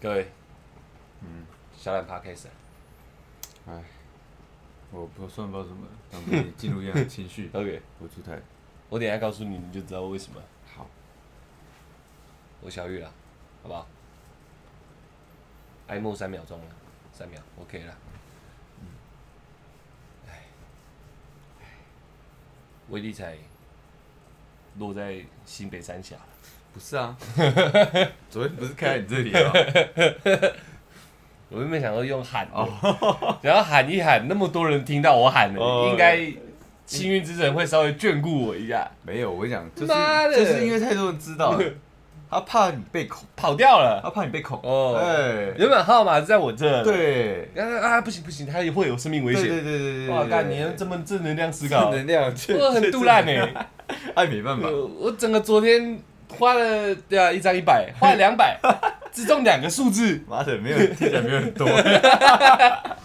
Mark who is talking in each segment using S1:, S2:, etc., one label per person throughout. S1: 各位，嗯，小懒 podcast，。
S2: 哎，我不算不知道什么，让自己进入一样的情绪
S1: OK，
S2: 我出台，
S1: 我等一下告诉你，你就知道为什么。
S2: 好，
S1: 我小玉了，好不好？哀默三秒钟了，三秒，OK 了。嗯唉唉威力才落在新北三峡了，
S2: 不 是啊，昨天不是开在你这里啊？
S1: 我原本想说用喊的， 然后喊一喊，那么多人听到我喊的，
S2: 哦
S1: 应该幸运之神会稍微眷顾我一下，
S2: 没有，我跟你讲，就是
S1: 妈的
S2: 就是因为太多人知道了，他怕你被恐，
S1: 跑掉了。
S2: 他怕你被恐。
S1: 哦
S2: 哎，
S1: 原本号码是在我这，，
S2: 对，
S1: 啊啊，不行不行，他也会有生命危
S2: 对对
S1: 险。
S2: 对对对。
S1: 哇，干，
S2: 对
S1: 你要这么正能量思
S2: 正
S1: 考，
S2: 能量，
S1: 我很杜烂
S2: 哎，
S1: 哎。
S2: 哎，没办法，
S1: 我我整个昨天花了对啊，一张一 百，花了两百，只中两个数字。
S2: 妈的，没有，听起来没有很多。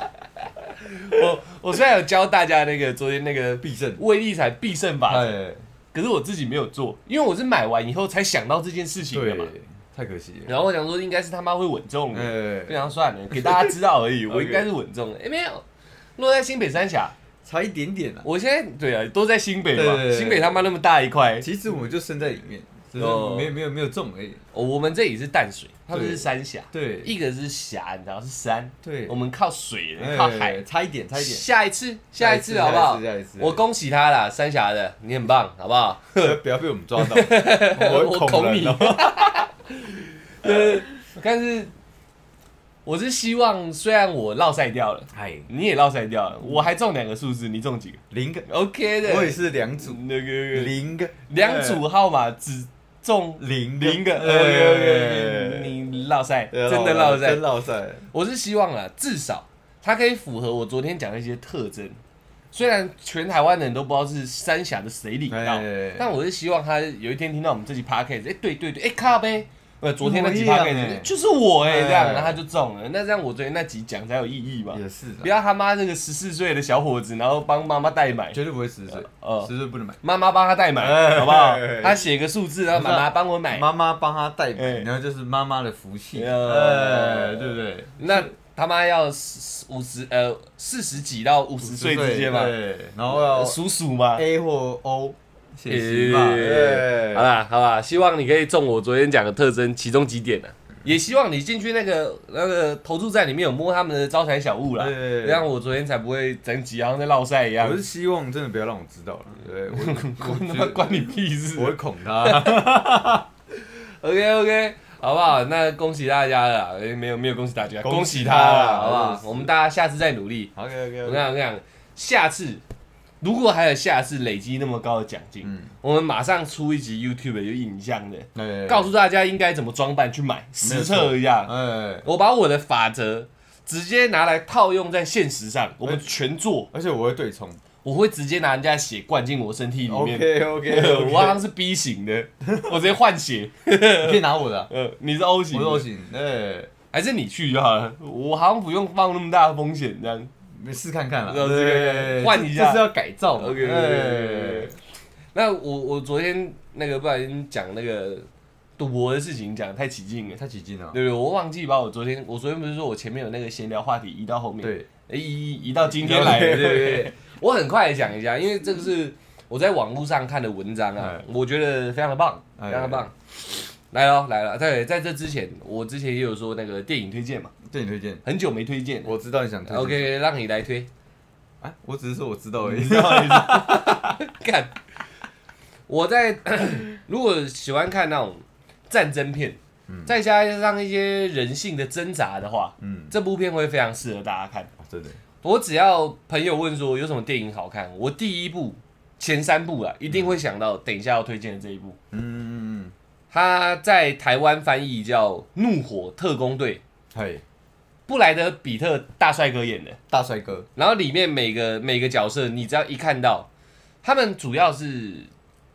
S1: 我我虽然有教大家那个昨天那个
S2: 必胜，
S1: 威力彩必胜法，
S2: 哎，
S1: 可是我自己没有做，因为我是买完以后才想到这件事情的嘛。
S2: 对，太可惜了。
S1: 然后我想说应该是他妈会稳中的，
S2: 哎
S1: 不，想算了，给大家知道而已，我
S2: OK
S1: 应该是稳 中的。哎，没有落在新北三峡。
S2: 差一点点啊。
S1: 我现在对啊，都在新北
S2: 对
S1: 嘛，
S2: 对对
S1: 新北他妈那么大一块，
S2: 其实我们就身在里面，只是
S1: 哦
S2: 没有没有没有中而已。
S1: 哦我们这里是淡水，他们是三峡，
S2: 对
S1: 一个是峡，你知道是山，
S2: 对
S1: 我，们靠水的，
S2: 哎
S1: 靠海。
S2: 差一点，差一点，
S1: 下一次，下一次好不好？
S2: 下一次，
S1: 我恭喜他啦，三峡的，你很棒，好不好？
S2: 不要被我们抓到， 我
S1: 我恐你
S2: 人哦
S1: 呃，但是我是希望，虽然我落赛掉了，
S2: 哎，
S1: 你也落赛掉了，我还中两个数字，你中几个
S2: 零个，
S1: ？OK 的，
S2: 我也是两组，
S1: 那个
S2: 零个，哎
S1: 两组号码只中
S2: 零
S1: 零个，
S2: 哎
S1: OK，OK，你落赛，
S2: 哎
S1: 真的落赛
S2: 真，落赛，
S1: 我是希望啊，至少它可以符合我昨天讲的一些特征。虽然全台湾的人都不知道是三峡的谁领到，
S2: 哎
S1: 但我是希望他有一天听到我们这集 podcast，哎、对对对，哎、靠呗，呃，昨天那集
S2: 一模一样哎
S1: podcast 就是我哎、
S2: 哎
S1: 这样，然后他就中了。那这样我昨天那集讲才有意义嘛？
S2: 也是啊，
S1: 不要他妈那个十四岁的小伙子，然后帮妈妈代买，
S2: 绝对不会十岁
S1: 哦，
S2: 十岁不能买，
S1: 妈妈帮他代买，
S2: 哎
S1: 好不好
S2: 哎？
S1: 他写个数字，然后妈妈帮我买，
S2: 妈妈帮他代
S1: 哎
S2: 买，然后就是妈妈的福气，
S1: 哎
S2: 哎，对不对？
S1: 那他妈要四五十呃四十几到五十岁之间嘛，
S2: 对，然后要
S1: 数数呃嘛。
S2: A 或 O 写实嘛，
S1: 欸
S2: 哎
S1: 好啦，好啦，希望你可以中我昨天讲的特征其中几点啊呢、也希望你进去那个那个投注站里面有摸他们的招财小物啦，
S2: 对
S1: 这样我昨天才不会整集好像在落赛一样
S2: 我。是希望真的不要让我知道了，对我我
S1: 他
S2: 觉
S1: 妈
S2: 得
S1: 关你屁事
S2: 我会恐他，
S1: ！OK OK，好不好？那恭喜大家了，欸没有没有恭喜大家，
S2: 恭喜
S1: 恭喜他了，
S2: 他
S1: 好不好？
S2: 是
S1: 我们大家下次再努力。
S2: OK OK
S1: 我跟你讲，我跟你讲，下次如果还有下次累积那么高的奖金，
S2: 嗯
S1: 我们马上出一集 YouTube 有影像的，
S2: OK，
S1: 告诉大家应该怎么装扮去买，
S2: 没
S1: 实
S2: 有
S1: 测一下。
S2: 哎，
S1: 我把我的法则直接拿来套用在现实
S2: 哎
S1: 上，我们全做，
S2: 而且我会对冲
S1: 我会直接拿人家的血灌进我身体里面。呃
S2: ，OK OK，
S1: 我好像是 B 型 的，我直接换血。
S2: 你可以拿我的啊，
S1: 呃，你是 O 型
S2: 我
S1: 的，
S2: 都行，哎，
S1: 还是你去就好了？我好像不用放那么大的风险，这样。
S2: 你试看看了，
S1: 知道这个
S2: 对
S1: 换一下
S2: 这是要改造嘛
S1: OK，OK，OK，
S2: 哎
S1: 那我我昨天那个不小心讲那个赌博的事情讲得太起劲了，
S2: 太起劲了，
S1: 对不对？我忘记把我昨天我昨天不是说我前面有那个闲聊话题移到后面，
S2: 对，
S1: 诶，移移移哎到今天来，对
S2: 对
S1: 对对。我很快地讲一下，因为这个是我在网络上看的文章啊
S2: 哎，
S1: 我觉得非常的棒，
S2: 哎
S1: 非常的棒。来了来了，对，在这之前，我之前也有说那个电影推荐嘛，
S2: 对你推荐，
S1: 很久没推荐了。
S2: 我知道你想推荐
S1: OK，让你来推。
S2: 啊，我只是说我知道而已
S1: 你，知道你知道干。我在 如果喜欢看那种战争片，再加上一些人性的挣扎的话，
S2: 嗯，
S1: 这部片会非常适合大家看。
S2: 哦真的，
S1: 我只要朋友问说有什么电影好看，我第一部前三部啊，一定会想到等一下要推荐的这一部。
S2: 嗯，
S1: 它在台湾翻译叫《怒火特工队》，
S2: 嘿，
S1: 布莱德比特大帅哥演的。
S2: 大帅哥，
S1: 然后里面每个每个角色，你只要一看到，他们主要是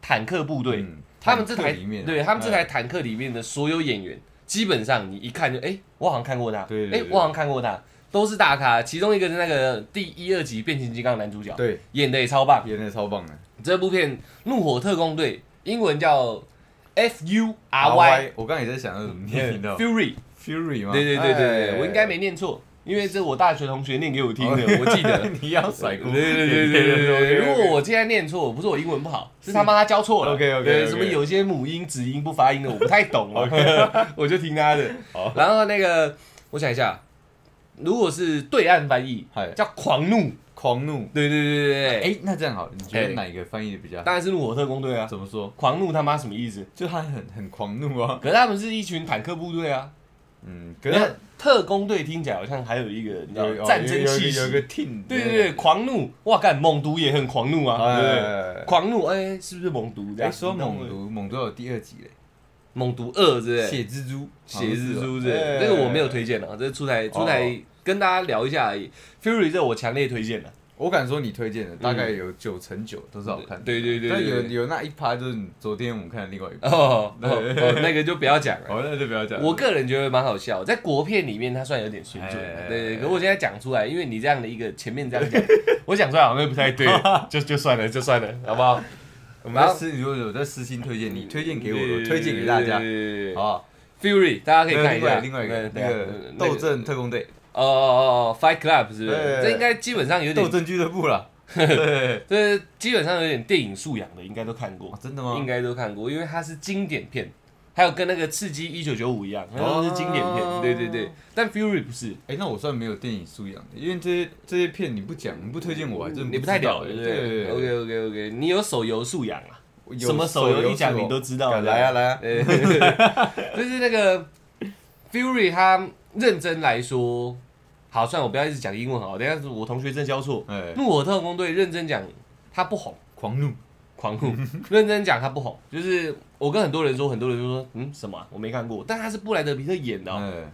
S1: 坦克部队，
S2: 嗯
S1: 他们这
S2: 坦
S1: 台
S2: 克里面啊
S1: 对他们这台
S2: 哎
S1: 坦克里面的所有演员，基本上你一看就哎、我好像看过他，
S2: 对对
S1: 哎、
S2: 对
S1: 我好像看过他，都是大咖。其中一个是那个第一二集变形金刚男主角，
S2: 对，
S1: 演的也超棒。
S2: 演的超棒的，
S1: 这部片《怒火特工队》英文叫《 F U R
S2: R
S1: Y，嗯
S2: Y，我刚刚也在想那怎么念，你知道
S1: Fury，
S2: Fury 吗？
S1: 对对对对
S2: 哎
S1: 对，我应该没念错，因为这我大学同学念给我听的，
S2: 哦
S1: 我记 得。
S2: 你要甩
S1: 对
S2: 锅，
S1: 对对对对对，如果我今天念错，不是我英文不好，是他妈他教错了。
S2: OK，OK，OK
S1: 对，什么有些母音、子音不发音的，我不太懂啊， 我就听他的
S2: 好。
S1: 然后那个，我想一下，如果是对岸翻译
S2: 嗨，
S1: 叫狂怒，
S2: 狂怒。
S1: 对对对对对，
S2: 哎，那这样好，你觉
S1: 哎
S2: 得哪一个翻译的比较好？
S1: 当然是怒火特工队啊，
S2: 怎么说？
S1: 狂怒他妈什么意思？
S2: 就他很很狂怒啊。
S1: 可是他们是一群坦克部队啊，
S2: 嗯，可
S1: 可
S2: 是
S1: 是特工队听起来好像还有一个你知道
S2: 有
S1: 战争气
S2: 有一个
S1: 息，
S2: team，
S1: 对对对，，狂怒，哇干，猛毒也很狂怒啊，对不对？
S2: 哎，
S1: 狂怒，哎，是不是猛毒这
S2: 哎，
S1: 样？
S2: 说猛毒，猛毒有第二集嘞，
S1: 猛毒二，是不是？
S2: 血蜘蛛，
S1: 血蜘蛛
S2: 这
S1: 是，这个我没有推荐啊，这是出台出台跟大家聊一下而已。Fury 这我强烈推荐的，
S2: 我敢说你推荐的大概有九成九都是好看的，
S1: 对对对
S2: 但
S1: 对
S2: 有
S1: 对
S2: 有那一趴就是你昨天我们看的另外一趴，
S1: 哦，哦
S2: 对
S1: 哦那个就不要讲了。
S2: 好，那就不要讲了。
S1: 我个人觉得蛮好笑，在国片里面它算有点水准
S2: 哎哎，哎
S1: 对对。可我现在讲出来，因为你这样的一个前面这样讲，我讲出来好像又不太对，就就算了，就算了，好不好？
S2: 我们在私，如果有在私信推荐，你推荐给我，我推荐给大家，好
S1: 好
S2: 不好。
S1: ，Fury 大家可以
S2: 那
S1: 看一
S2: 另
S1: 下，
S2: 外另外一个
S1: 对
S2: 那
S1: 对啊
S2: 个
S1: 那
S2: 斗争特工队，
S1: 哦哦哦哦，Fight Club 是不是
S2: 对对？对
S1: 这应该基本上有
S2: 斗
S1: 点，
S2: 争俱乐 部啦，对，
S1: 这基本上有点电影素养的，应该都看过
S2: 哦，真的吗？
S1: 应该都看过，因为它是经典片，还有跟那个《刺激一九九五》一样，它都是经典片，
S2: 哦
S1: 对对对。但 Fury 不是，
S2: 哎、那我算没有电影素养的，因为这些这些片你不讲，你不推荐我，还真
S1: 嗯你不
S2: 知
S1: 太
S2: 道欸
S1: 了，对不
S2: 对
S1: 对？OK OK OK，你有手游素养啊？
S2: 有
S1: 什么手游一讲你都知道
S2: 敢来啊来啊！
S1: 呃， 就是那个 Fury，他认真来说，好，算了，我不要一直讲英文好了，等一下是我同学正交错。
S2: 哎，
S1: 怒火特工队认真讲，他不红。
S2: 狂怒，
S1: 狂 怒，认真讲他不红，就是我跟很多人说，很多人就说，嗯，什么啊、我没看过，但他是布莱德皮特演的哦、
S2: 哎，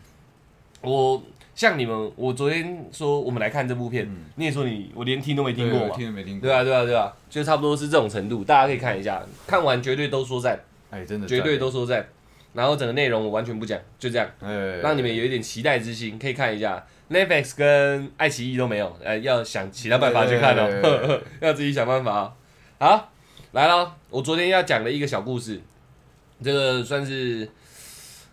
S1: 我像你们，我昨天说我们来看这部片，你也说你我连听都没听过
S2: 嗯对
S1: 嘛，
S2: 听都没听过，
S1: 对啊，对啊，对啊，就差不多是这种程度，大家可以看一下，看完绝对都说赞，
S2: 哎，真的
S1: 绝对
S2: 都，
S1: 都说赞，然后整个内容我完全不讲，就这样，
S2: 哎，
S1: 让你们有一点期待之心，可以看一下。Netflix 跟爱奇艺都没有，呃，要想其他办法去看哦，
S2: 对
S1: 呵呵 要自己想办法哦。好，来了，我昨天要讲的一个小故事，这个算是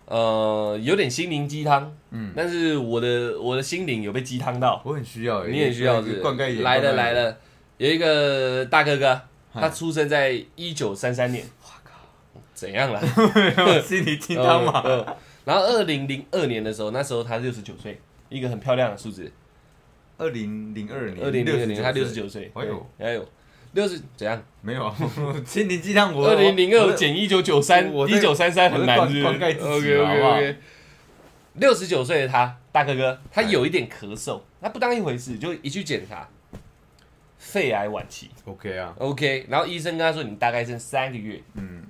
S1: 呃有点心灵鸡汤，嗯，但是我的我的心灵有被鸡汤到，
S2: 我很需要，哎
S1: 你也需要是
S2: 灌溉一点嗯
S1: 来了来，
S2: 灌溉一点
S1: 了，有一个大哥哥，
S2: 嗨
S1: 他出生在一九三三年，哇靠，怎样 了？
S2: 心理鸡 汤嘛，
S1: 嗯嗯然后二零零二年的时候，那时候他六十九岁，一个很漂亮的数字。
S2: 二零零二年，
S1: 二零零二年
S2: 69
S1: 他六十，九岁，
S2: 哎呦
S1: 对，哎呦，六十怎样？
S2: 没有啊， 心灵鸡汤我
S1: 二零零
S2: 我
S1: 二减一九九三，
S2: 我
S1: 一
S2: 在
S1: 九三三很
S2: 我
S1: 难，
S2: 在
S1: 是
S2: 灌灌溉自己嘛
S1: OK OK
S2: 好不
S1: OK。六十九岁的他，大哥哥，他
S2: 哎
S1: 有一点咳嗽，他不当一回事，就一去检查，肺癌晚期。
S2: OK 啊，
S1: OK，然后医生跟他说，你大概剩三个月，
S2: 嗯，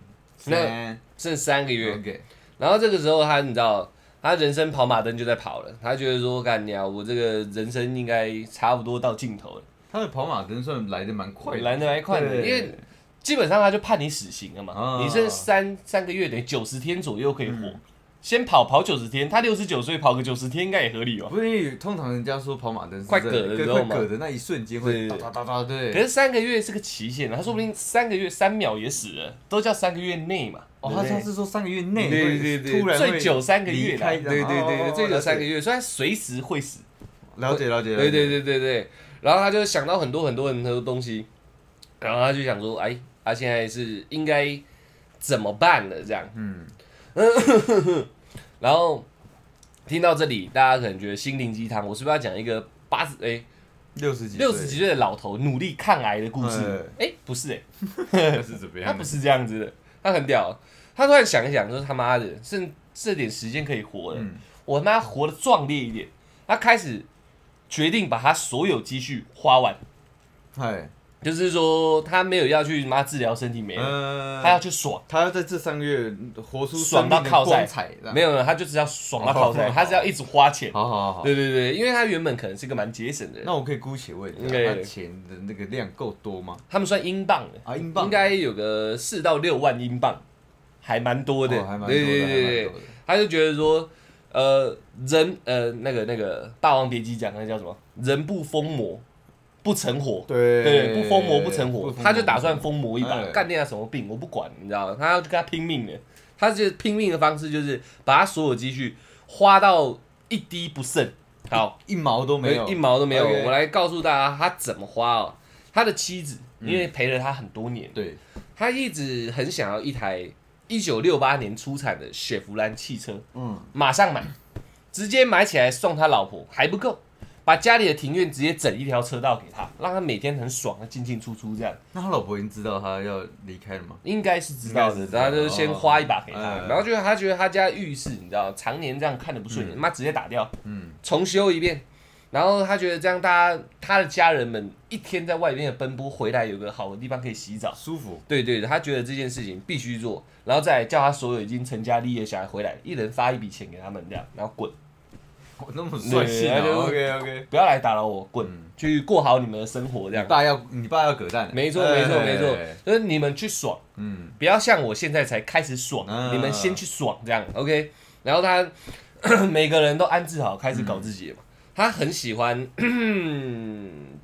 S1: 那
S2: 三
S1: 剩三个月，
S2: OK，
S1: 然后这个时候他你知道，他人生跑马灯就在跑了，他觉得说干娘，我这个人生应该差不多到尽头了，
S2: 他的跑马灯算来的蛮快的，
S1: 来得蛮快的，
S2: 对
S1: 因为基本上他就判你死刑了嘛，
S2: 啊嗯
S1: 你剩三三个月等于九十天左右可以活，先跑跑九十天，他六十九岁跑个九十天应该也合理哦。
S2: 不是因为通常人家说跑马灯是
S1: 快
S2: 在
S1: 嗝的
S2: 跟
S1: 时候
S2: 快
S1: 嘛
S2: 嗝的那一瞬间
S1: 对
S2: 会哒哒哒哒，
S1: 可
S2: 对。
S1: 是三个月是个期限啊，他说不定三个月三秒也死了，都叫三个月内嘛。
S2: 哦，
S1: 对不
S2: 他
S1: 对
S2: 上次说三个月 内
S1: 对对对，
S2: 会突然会
S1: 最久三个月
S2: 离
S1: 啦，
S2: 开哦
S1: 对
S2: 的，
S1: 对对对，最久三个
S2: 月，
S1: 月，虽然随时会死，
S2: 了解了解，
S1: 对对对
S2: 对，
S1: 对对，然后他就想到很多很多很多东西，然后他就想说，哎，他现在是应该怎么办了？这样，
S2: 嗯，
S1: 然后听到这里，大家可能觉得心灵鸡汤，我是不是要讲一个八十哎
S2: 六十几
S1: 六十几岁的老头努力抗癌的故事？哎，不是哎、
S2: 岁是怎么
S1: 他
S2: 样
S1: 不
S2: 的？
S1: 是这样子的，他很屌，他突然想一想，说他妈的，剩这点时间可以活了，
S2: 嗯
S1: 我他妈活得壮烈一点，他开始决定把他所有积蓄花完。
S2: 嗨，
S1: 就是说他没有要去妈治疗身体没有，
S2: 嗯，
S1: 他要去爽，
S2: 他要在这三个月活出
S1: 爽到
S2: 生命的
S1: 靠晒
S2: 光彩，这样
S1: 没有呢，他就只要爽到靠在，
S2: 哦
S1: 他是要一直花钱。
S2: 好好好。好
S1: 对对对，因为他原本可能是个蛮节省的人，
S2: 那我可以姑且问一
S1: 对
S2: 下，他钱的那个量够多吗？
S1: 他们算英镑的，
S2: 啊，英镑
S1: 应该有个四到六万英镑，还蛮多的。
S2: 哦还蛮多的，
S1: 对对对对
S2: 还蛮
S1: 对
S2: 多，的
S1: 他就觉得说，呃，人呃那个那个《霸王别姬》讲的叫什么？人不疯魔，不成活，
S2: 对
S1: 对，不疯魔不成活
S2: 不，疯
S1: 他就
S2: 魔
S1: 打
S2: 不
S1: 算
S2: 成
S1: 疯魔一把
S2: 哎，
S1: 干掉什么病我不管，你知道吗？他要去跟他拼命的，他就拼命的方式就是把他所有积蓄花到一滴不剩，好，
S2: 一毛都没有，
S1: 一毛都没有。
S2: OK
S1: 我来告诉大家他怎么花哦。他的妻子
S2: 嗯
S1: 因为陪了他很多年，
S2: 对，
S1: 他一直很想要一台一九六八年出产的雪佛兰汽车，
S2: 嗯，
S1: 马上买，直接买起来送他老婆还不够，把家里的庭院直接整一条车道给他，让他每天很爽的进进出出这样，
S2: 那他老婆已经知道他要离开了吗？
S1: 应该是知道
S2: 应该
S1: 的。
S2: 是知道
S1: 然后就是先花一把给他，
S2: 哦
S1: 然后就是他觉得他家浴室你知道常年这样看着不顺眼，妈、直接打掉，
S2: 嗯，
S1: 重修一遍。然后他觉得这样，大家他的家人们一天在外面的奔波，回来有个好的地方可以洗澡。
S2: 舒服，
S1: 对对，他觉得这件事情必须做，然后再来叫他所有已经成家立业的小孩回来，一人发一笔钱给他们，这样，然后滚，
S2: 我那么率性
S1: 对
S2: 啊
S1: 他就
S2: ，OK OK，
S1: 不要来打扰我，滚，
S2: 嗯
S1: 去过好你们的生活，这样。
S2: 爸要你爸要葛蛋，
S1: 没错，没错，
S2: 哎
S1: 没错，就是你们去爽，
S2: 嗯，
S1: 不要像我现在才开始爽，
S2: 嗯
S1: 你们先去爽，这样，OK。然后他 每个人都安置好，开始搞自己
S2: 嗯
S1: 了嘛。他很喜欢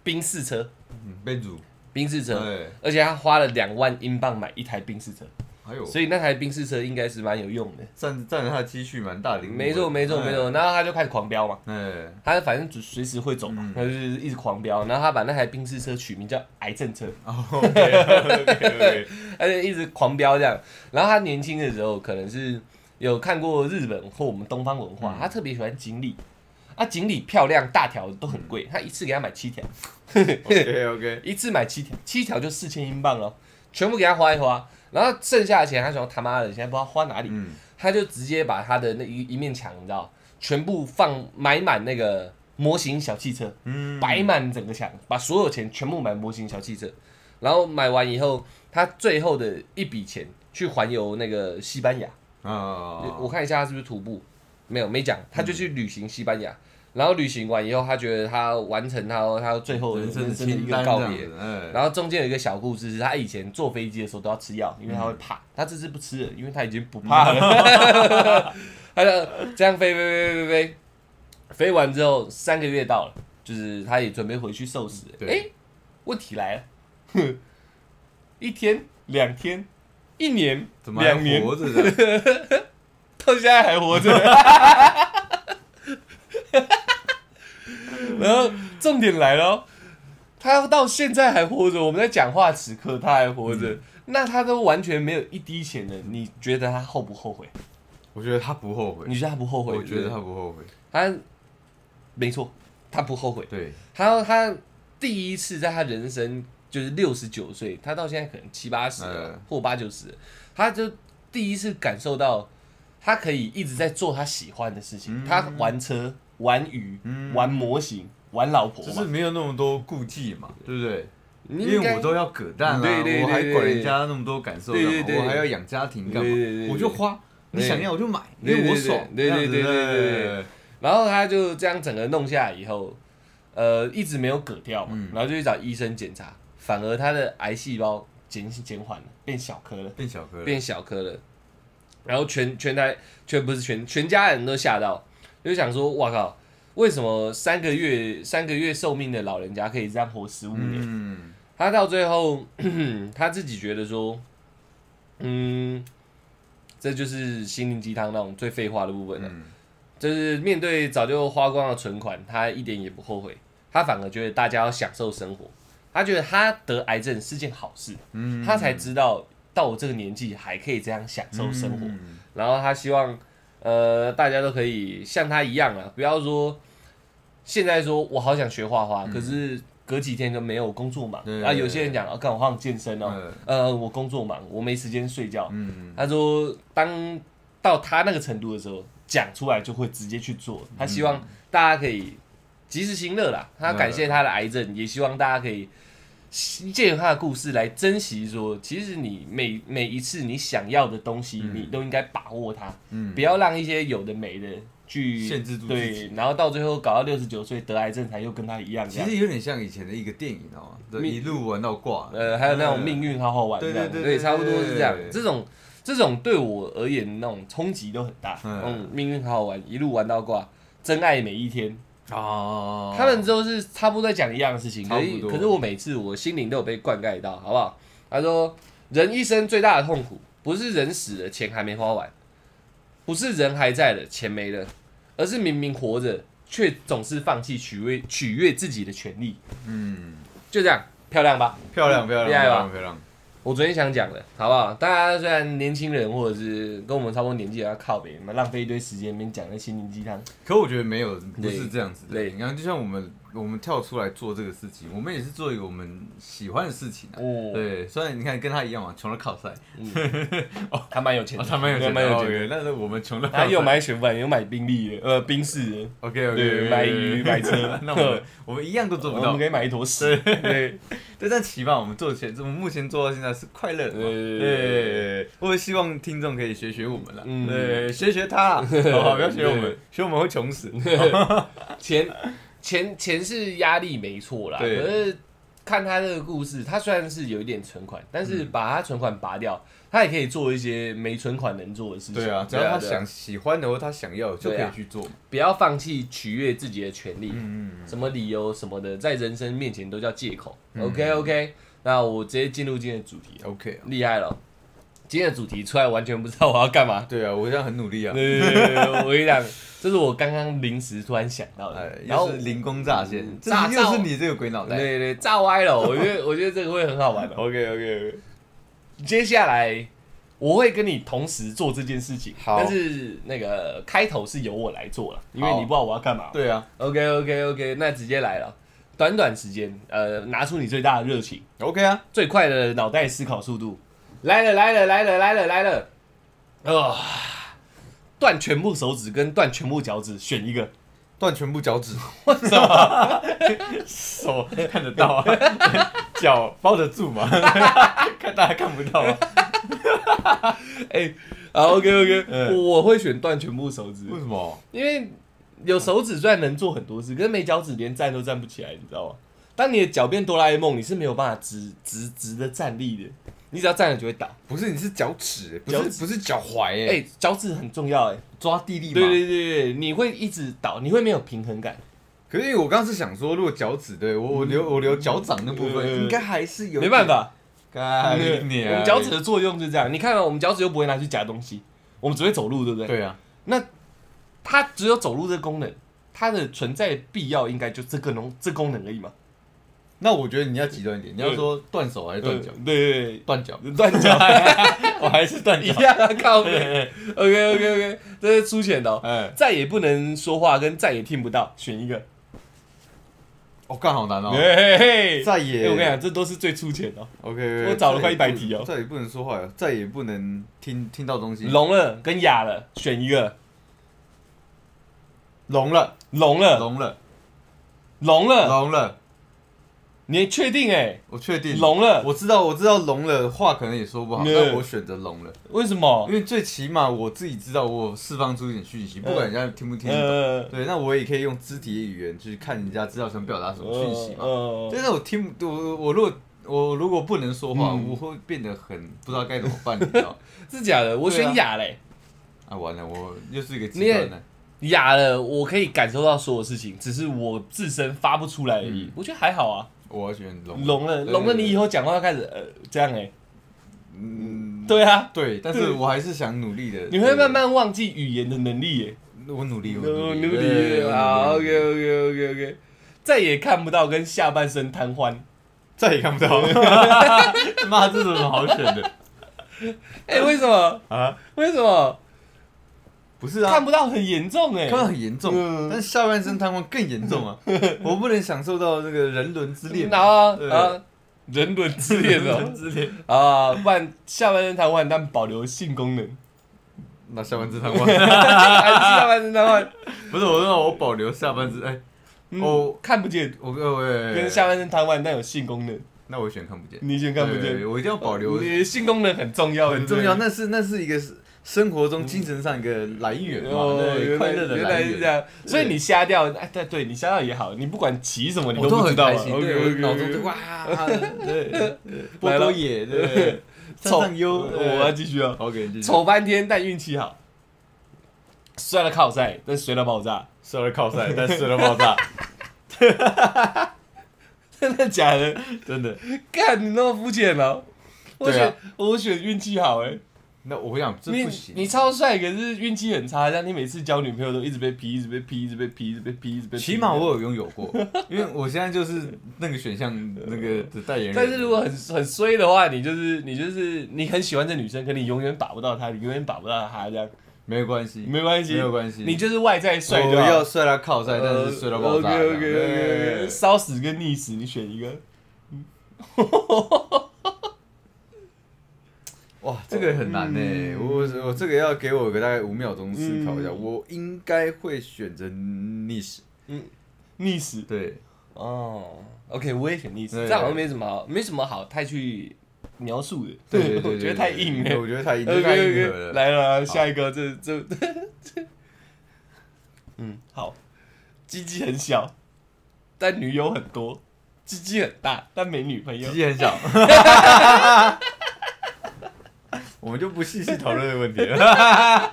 S1: 宾士车，
S2: 嗯被煮，
S1: 宾士车，
S2: 对，
S1: 而且他花了两万英镑买一台宾士车，
S2: 还有
S1: 所以那台宾士车应该是蛮有用的。
S2: 占占了他的积蓄蛮大的，
S1: 没错，没错，没错。然后他就开始狂飙嘛，
S2: 哎，
S1: 他反正就随时会走嘛
S2: 嗯，
S1: 他就是一直狂飙。然后他把那台宾士车取名叫“癌症车
S2: 哦，OK，OK，OK，”，
S1: 而且一直狂飙这样。然后他年轻的时候可能是有看过日本或我们东方文化，他特别喜欢锦鲤。啊，锦鲤漂亮，大条都很贵，他一次给他买七条，
S2: OK OK，
S1: 一次买七条，七条就四千英镑哦，全部给他花一花。然后剩下的钱，他想他妈的，现在不知道花哪里，
S2: 嗯，
S1: 他就直接把他的那一一面墙，你知道，全部放买满那个模型小汽车，
S2: 嗯
S1: 摆满整个墙，把所有钱全部买模型小汽车。然后买完以后，他最后的一笔钱去环游那个西班牙，
S2: 啊，
S1: 我看一下他是不是徒步，没有没讲，他就去旅行西班牙。
S2: 嗯
S1: 然后旅行完以后，他觉得他完成他他最后人
S2: 人生
S1: 生的
S2: 的
S1: 一
S2: 清
S1: 个
S2: 单
S1: 告
S2: 这样
S1: 别，
S2: 子，哎，
S1: 然后中间有一个小故事，是他以前坐飞机的时候都要吃药，因为他会怕。他这次不吃了，因为他已经不怕了。 他就这样飞飞飞飞飞，飞完之后三个月到了，就是他也准备回去受死。
S2: 对
S1: 哎，问题来了，哼一天、两天、一年、
S2: 怎么还
S1: 两年，
S2: 活着 的？
S1: 到现在还 活着。然后重点来了哦，他到现在还活着，我们在讲话此刻他还活
S2: 嗯
S1: 着，那他都完全没有一滴钱了，你觉得他后不后悔？
S2: 我觉得他不后悔
S1: 你，觉得他不后悔？
S2: 我觉得
S1: 对
S2: 他
S1: 不
S2: 不后悔，
S1: 对他没错，他不后悔。
S2: 对，
S1: 他他第一次在他人生就是六十九岁，他到现在可能七八十了、
S2: 嗯
S1: 或八九十了，他就第一次感受到他可以一直在做他喜欢的事情，
S2: 嗯
S1: 他玩车、玩鱼、
S2: 嗯
S1: 玩模型、玩老婆
S2: 就是
S1: 嘛，
S2: 没有那么多顾忌嘛，对不对？
S1: 你
S2: 因
S1: 应该
S2: 为我都要葛蛋
S1: 对
S2: 啦，
S1: 对对
S2: 我还
S1: 对
S2: 管
S1: 对
S2: 人家那么多感受干
S1: 对对对
S2: 嘛？我还要养家庭干
S1: 对对对
S2: 嘛？
S1: 对
S2: 我就花，你想要我就买，因
S1: 对对
S2: 为我爽。
S1: 对对对
S2: 这样子
S1: 对对对然后他就这样整个弄下来以后，呃，一直没有割掉嘛，
S2: 嗯
S1: 然后就去找医生检查，反而他的癌细胞减减缓了，变小颗了。
S2: 变小哥了，
S1: 变小颗了，然后全全台全不是全全家人都吓到，就想说哇靠，为什么三个月三个月寿命的老人家可以这样活十五年？
S2: 嗯，
S1: 他到最后 他自己觉得说，嗯，这就是心灵鸡汤那种最废话的部分了，
S2: 嗯
S1: 就是面对早就花光了存款，他一点也不后悔，他反而觉得大家要享受生活。他觉得他得癌症是件好事，
S2: 嗯
S1: 他才知道到我这个年纪还可以这样享受生活。
S2: 嗯
S1: 然后他希望呃大家都可以像他一样啊，不要说现在说我好想学画画，可是隔几天就没有工作忙
S2: 嗯对
S1: 啊。有些人讲啊，干我好想健身哦，
S2: 嗯
S1: 呃，我工作忙，我没时间睡觉。
S2: 嗯，
S1: 他说，当到他那个程度的时候，讲出来就会直接去做。他希
S2: 嗯
S1: 望大家可以及时行乐啦。他感谢他的癌症，也希望大家可以借由他的故事来珍惜说其实你每每一次你想要的东西，你都应该把握它，
S2: 嗯
S1: 不要让一些有的没的去
S2: 限制住自己
S1: 对，然后到最后搞到六十九岁得癌症才又跟他一样这
S2: 其
S1: 样。
S2: 实有点像以前的一个电影哦，对
S1: 命
S2: 一路玩到挂，
S1: 呃，还有那种命运好好玩这
S2: 对
S1: 样，
S2: 对对
S1: 对，
S2: 对
S1: 差不多是这样
S2: 对。对
S1: 这种这种对我而言那种冲击都很大，
S2: 嗯
S1: 嗯，命运好好玩，一路玩到挂，真爱每一天，
S2: 哦，
S1: 他们都是差不多在讲一样的事情，可
S2: 差
S1: 是
S2: 不多
S1: 可是我每次我心灵都有被灌溉到，好不好？他说，人一生最大的痛苦，不是人死了钱还没花完，不是人还在了钱没了，而是明明活着却总是放弃取悦取悦自己的权利。
S2: 嗯，
S1: 就这样，漂亮吧？
S2: 漂亮漂亮
S1: 厉害
S2: 漂
S1: 吧
S2: 亮漂亮，
S1: 我昨天想讲的，好不好？大家虽然年轻人或者是跟我们差不多年纪，要靠北，那浪费一堆时间，边讲那心灵鸡汤。
S2: 可我觉得没有不是这样子的，
S1: 对
S2: 你看就像我们我们跳出来做这个事情，我们也是做一个我们喜欢的事情啊。
S1: 哦，
S2: 对，虽然你看跟他一样嘛，穷的靠晒，
S1: 他蛮有钱
S2: 哦
S1: 的，
S2: 他蛮有钱的，
S1: 蛮有钱的。
S2: OK，但是我们穷的 靠
S1: 他
S2: 晒。
S1: 又买雪粉，又买宾利的，呃，宾士的，
S2: OK
S1: 对
S2: OK，
S1: 买鱼买车
S2: 那我们我们一样都做不
S1: 我们
S2: 到
S1: 哦可。以买一坨屎。对
S2: 对，但起码我们做起来，我们目前做到现在是快乐的嘛。
S1: 对
S2: 对，我也希望听众可以学学我们了，
S1: 嗯
S2: 对，学学他，好不好？不要学我们
S1: 对，
S2: 学我们会穷死。
S1: 钱钱钱是压力没错啦，可
S2: 对
S1: 是看他这个故事，他虽然是有一点存款，但是把他存款拔掉，他也可以做一些没存款能做的事情。
S2: 对啊，只要他
S1: 对啊
S2: 想喜欢的或他想要的就可
S1: 对啊
S2: 以去做嘛。
S1: 不要放弃取悦自己的权利，
S2: 嗯嗯
S1: 什么理由什么的，在人生面前都叫借口。OK OK，那我直接进入今天的主题了，
S2: ，OK 啊。
S1: 厉害了！今天的主题出来完全不知道我要干嘛，
S2: 对啊，我现在很努力啊，
S1: 对对对对，我跟你讲，这是我刚刚临时突然想到
S2: 哎
S1: 的，，然
S2: 又
S1: 后
S2: 是灵光乍现，这
S1: 炸
S2: 又
S1: 造
S2: 是你这个鬼脑
S1: 对
S2: 袋。
S1: 对对，炸歪了，我觉得 我觉得这个会很好玩的。
S2: OK OK，
S1: 接下来我会跟你同时做这件事情，
S2: 好
S1: 但是那个开头是由我来做了，因为
S2: 好
S1: 你不知道我要干嘛。
S2: 对啊
S1: ，OK OK OK，那直接来了，短短时间，呃，拿出你最大的热情，
S2: ，OK 啊，
S1: 最快的脑袋思考速度，来了来了来了来了来了，啊，断全部手指跟断全部脚趾选一个。
S2: 断全部 脚趾，什么？手看得到 啊，脚包得住吗？ 看大家看不到啊？
S1: 哎、好 o k OK，、
S2: 嗯
S1: 我会选断全部手指，
S2: 为什么？
S1: 因为有手指虽然能做很多事，可是没脚趾连站都站不起来，你知道吗？当你的脚变哆啦 A 梦，你是没有办法直直直的站立的，你只要站了就会倒。
S2: 不是，你是脚趾，不
S1: 脚
S2: 是
S1: 趾
S2: 不是脚踝
S1: 哎、
S2: 哎，
S1: 脚趾很重要哎、
S2: 抓地力嘛。
S1: 对对对对，你会一直倒，你会没有平衡感。
S2: 可是因为我刚刚是想说，如果脚趾对我我留我留脚掌那部分，
S1: 嗯
S2: 应该还是有
S1: 没办
S2: 法。
S1: 法，
S2: 干
S1: 对
S2: 你啊！
S1: 我们脚趾的作用就这样。你看、啊，我们脚趾又不会拿去夹东西，我们只会走路，对不对？
S2: 对啊，
S1: 它只有走路这功能，它的存在必要应该就这个能这功能而已嘛。
S2: 那我觉得你要极端一点，你要说断手还是断脚？
S1: 嗯对对对，
S2: 断脚，
S1: 断脚
S2: 我还是断
S1: 一。样啊，靠 背。OK OK OK，这是粗浅的、哦，
S2: 哎，
S1: 再也不能说话跟再也听不到，选一个。
S2: 我干好难哦。
S1: 嘿嘿嘿
S2: 再
S1: 哎
S2: 也
S1: 我跟你讲，这都是最粗浅的、哦，
S2: OK，
S1: 我找了快100题哦
S2: 再也不能说话了，再也不能听听到东西。
S1: 聋了跟哑了，选一个。
S2: 聋了，
S1: 聋了，
S2: 聋了，
S1: 聋了，
S2: 聋了，
S1: 你确定哎、
S2: 我确定。
S1: 聋了
S2: 我知道，我知道聋了，话可能也说不好，
S1: 嗯
S2: 但我选择聋了，
S1: 为什么
S2: 因？为最起码我自己知道我释放出一点讯息，不管人家听不听得懂。
S1: 呃，
S2: 对，那我也可以用肢体语言去看人家知道想表达什么讯息嘛。
S1: 呃
S2: 但是我听不，我我如果我如果不能说话，
S1: 嗯
S2: 我会变得很不知道该怎么办，你知道？
S1: 是假的，我
S2: 对啊
S1: 选哑嘞、
S2: 啊，完了，我又是一个
S1: 你
S2: 极
S1: 也
S2: 端的。
S1: 哑了，我可以感受到所有事情，只是我自身发不出来而已。我觉得还好啊。
S2: 我要选聋
S1: 聋了，
S2: 对
S1: 聋了，
S2: 对
S1: 啊你以后讲话开始呃这样哎、
S2: 嗯，
S1: 对啊，
S2: 对，但是
S1: 对
S2: 我还是想努力的。
S1: 你会慢慢忘记语言的能力耶、
S2: 对，我努力，我
S1: 努
S2: 力，
S1: 力
S2: 对我
S1: 啊
S2: 努
S1: ，OK
S2: 力
S1: OK OK OK，再也看不到跟下半身瘫痪。
S2: 再也看不 到。妈，这有什么好选的
S1: 哎、为什么？
S2: 啊？
S1: 为什么
S2: 不是啊
S1: 看，不到很严重、欸？
S2: 看到
S1: 哎，
S2: 很严重，
S1: 嗯
S2: 但是下半身瘫痪更严 重啊！我不能享受到那个人伦之恋。
S1: 然后
S2: 对
S1: 啊，人伦之恋
S2: 人
S1: 哦，
S2: 之恋，
S1: 啊，不然下半身瘫痪，但保留性功 能，
S2: 那下半身瘫痪，
S1: 还是下半身瘫痪？
S2: 不是我说我保留下半身，哎、
S1: 嗯
S2: 哦
S1: 看不见，
S2: 我我我
S1: 跟下，半身瘫痪但有性功能，
S2: 那我选看不见，
S1: 你选看不
S2: 对
S1: 见。嗯
S2: 我一定要保留，
S1: 你的性功能很重要，
S2: 很重要，
S1: 对不对
S2: 那是那是一个生活中精神上一个来源嘛，对，
S1: 哦原
S2: 快
S1: 来
S2: 乐的
S1: 原
S2: 来
S1: 来是这
S2: 源。
S1: 样，所以你瞎掉，哎，对对，你瞎掉也好，你不管骑什么，你
S2: 我
S1: 不
S2: 很
S1: 知道
S2: 开
S1: 嘛。
S2: 心，
S1: OK，
S2: 对，我
S1: OK，
S2: 脑中
S1: OK
S2: 就哇，对，对波多野，对， 山
S1: 丑
S2: 上优，
S1: 我要继续哦，
S2: OK，
S1: 丑半天但运气好，摔了靠塞，但摔了爆炸，
S2: 射了靠塞，但射了爆炸，
S1: 真的假的？
S2: 真的。
S1: 干，你那么肤浅了？我
S2: 对
S1: 选、
S2: 啊
S1: 我选运气好哎、
S2: 那我想这
S1: 你
S2: 不行，
S1: 你超帅，可是运气很差，像你每次交女朋友都一直被劈，一直被劈，一直被劈，一直被劈，一直被劈。
S2: 起码我有拥有过， 因为我现在就是那个选项那 个的代言人。
S1: 但是如果很很衰的话，你就是你就是你很喜欢这女生，可你永远把不到她，你永远把不到她，这样
S2: 没有关系，
S1: 没关系，
S2: 没有关系
S1: 你就是外在帅
S2: 我
S1: 就好
S2: 要。睡到靠塞，但是睡到爆炸。
S1: OK OK
S2: 对
S1: OK，烧死跟溺死，你选一个。
S2: 哇，啊这个很难呢、欸
S1: 嗯
S2: 我我这个要给我个大概五秒钟思考一下，我应该会选择逆时。
S1: 溺死
S2: 对，
S1: 哦，OK，我也选溺死，
S2: 对
S1: 这好像没什么好，没什么好太去描述的。
S2: 对对对
S1: 我觉得太硬
S2: 对
S1: 了。
S2: 我觉得太硬，这
S1: OK
S2: 太硬核
S1: OK，
S2: 了。
S1: 来了，下一个，这这这，嗯，好，鸡鸡很小，但女友很多；鸡鸡很大，但没女朋友
S2: 鸡。鸡很小， 我们就不细细讨论这个问题 了。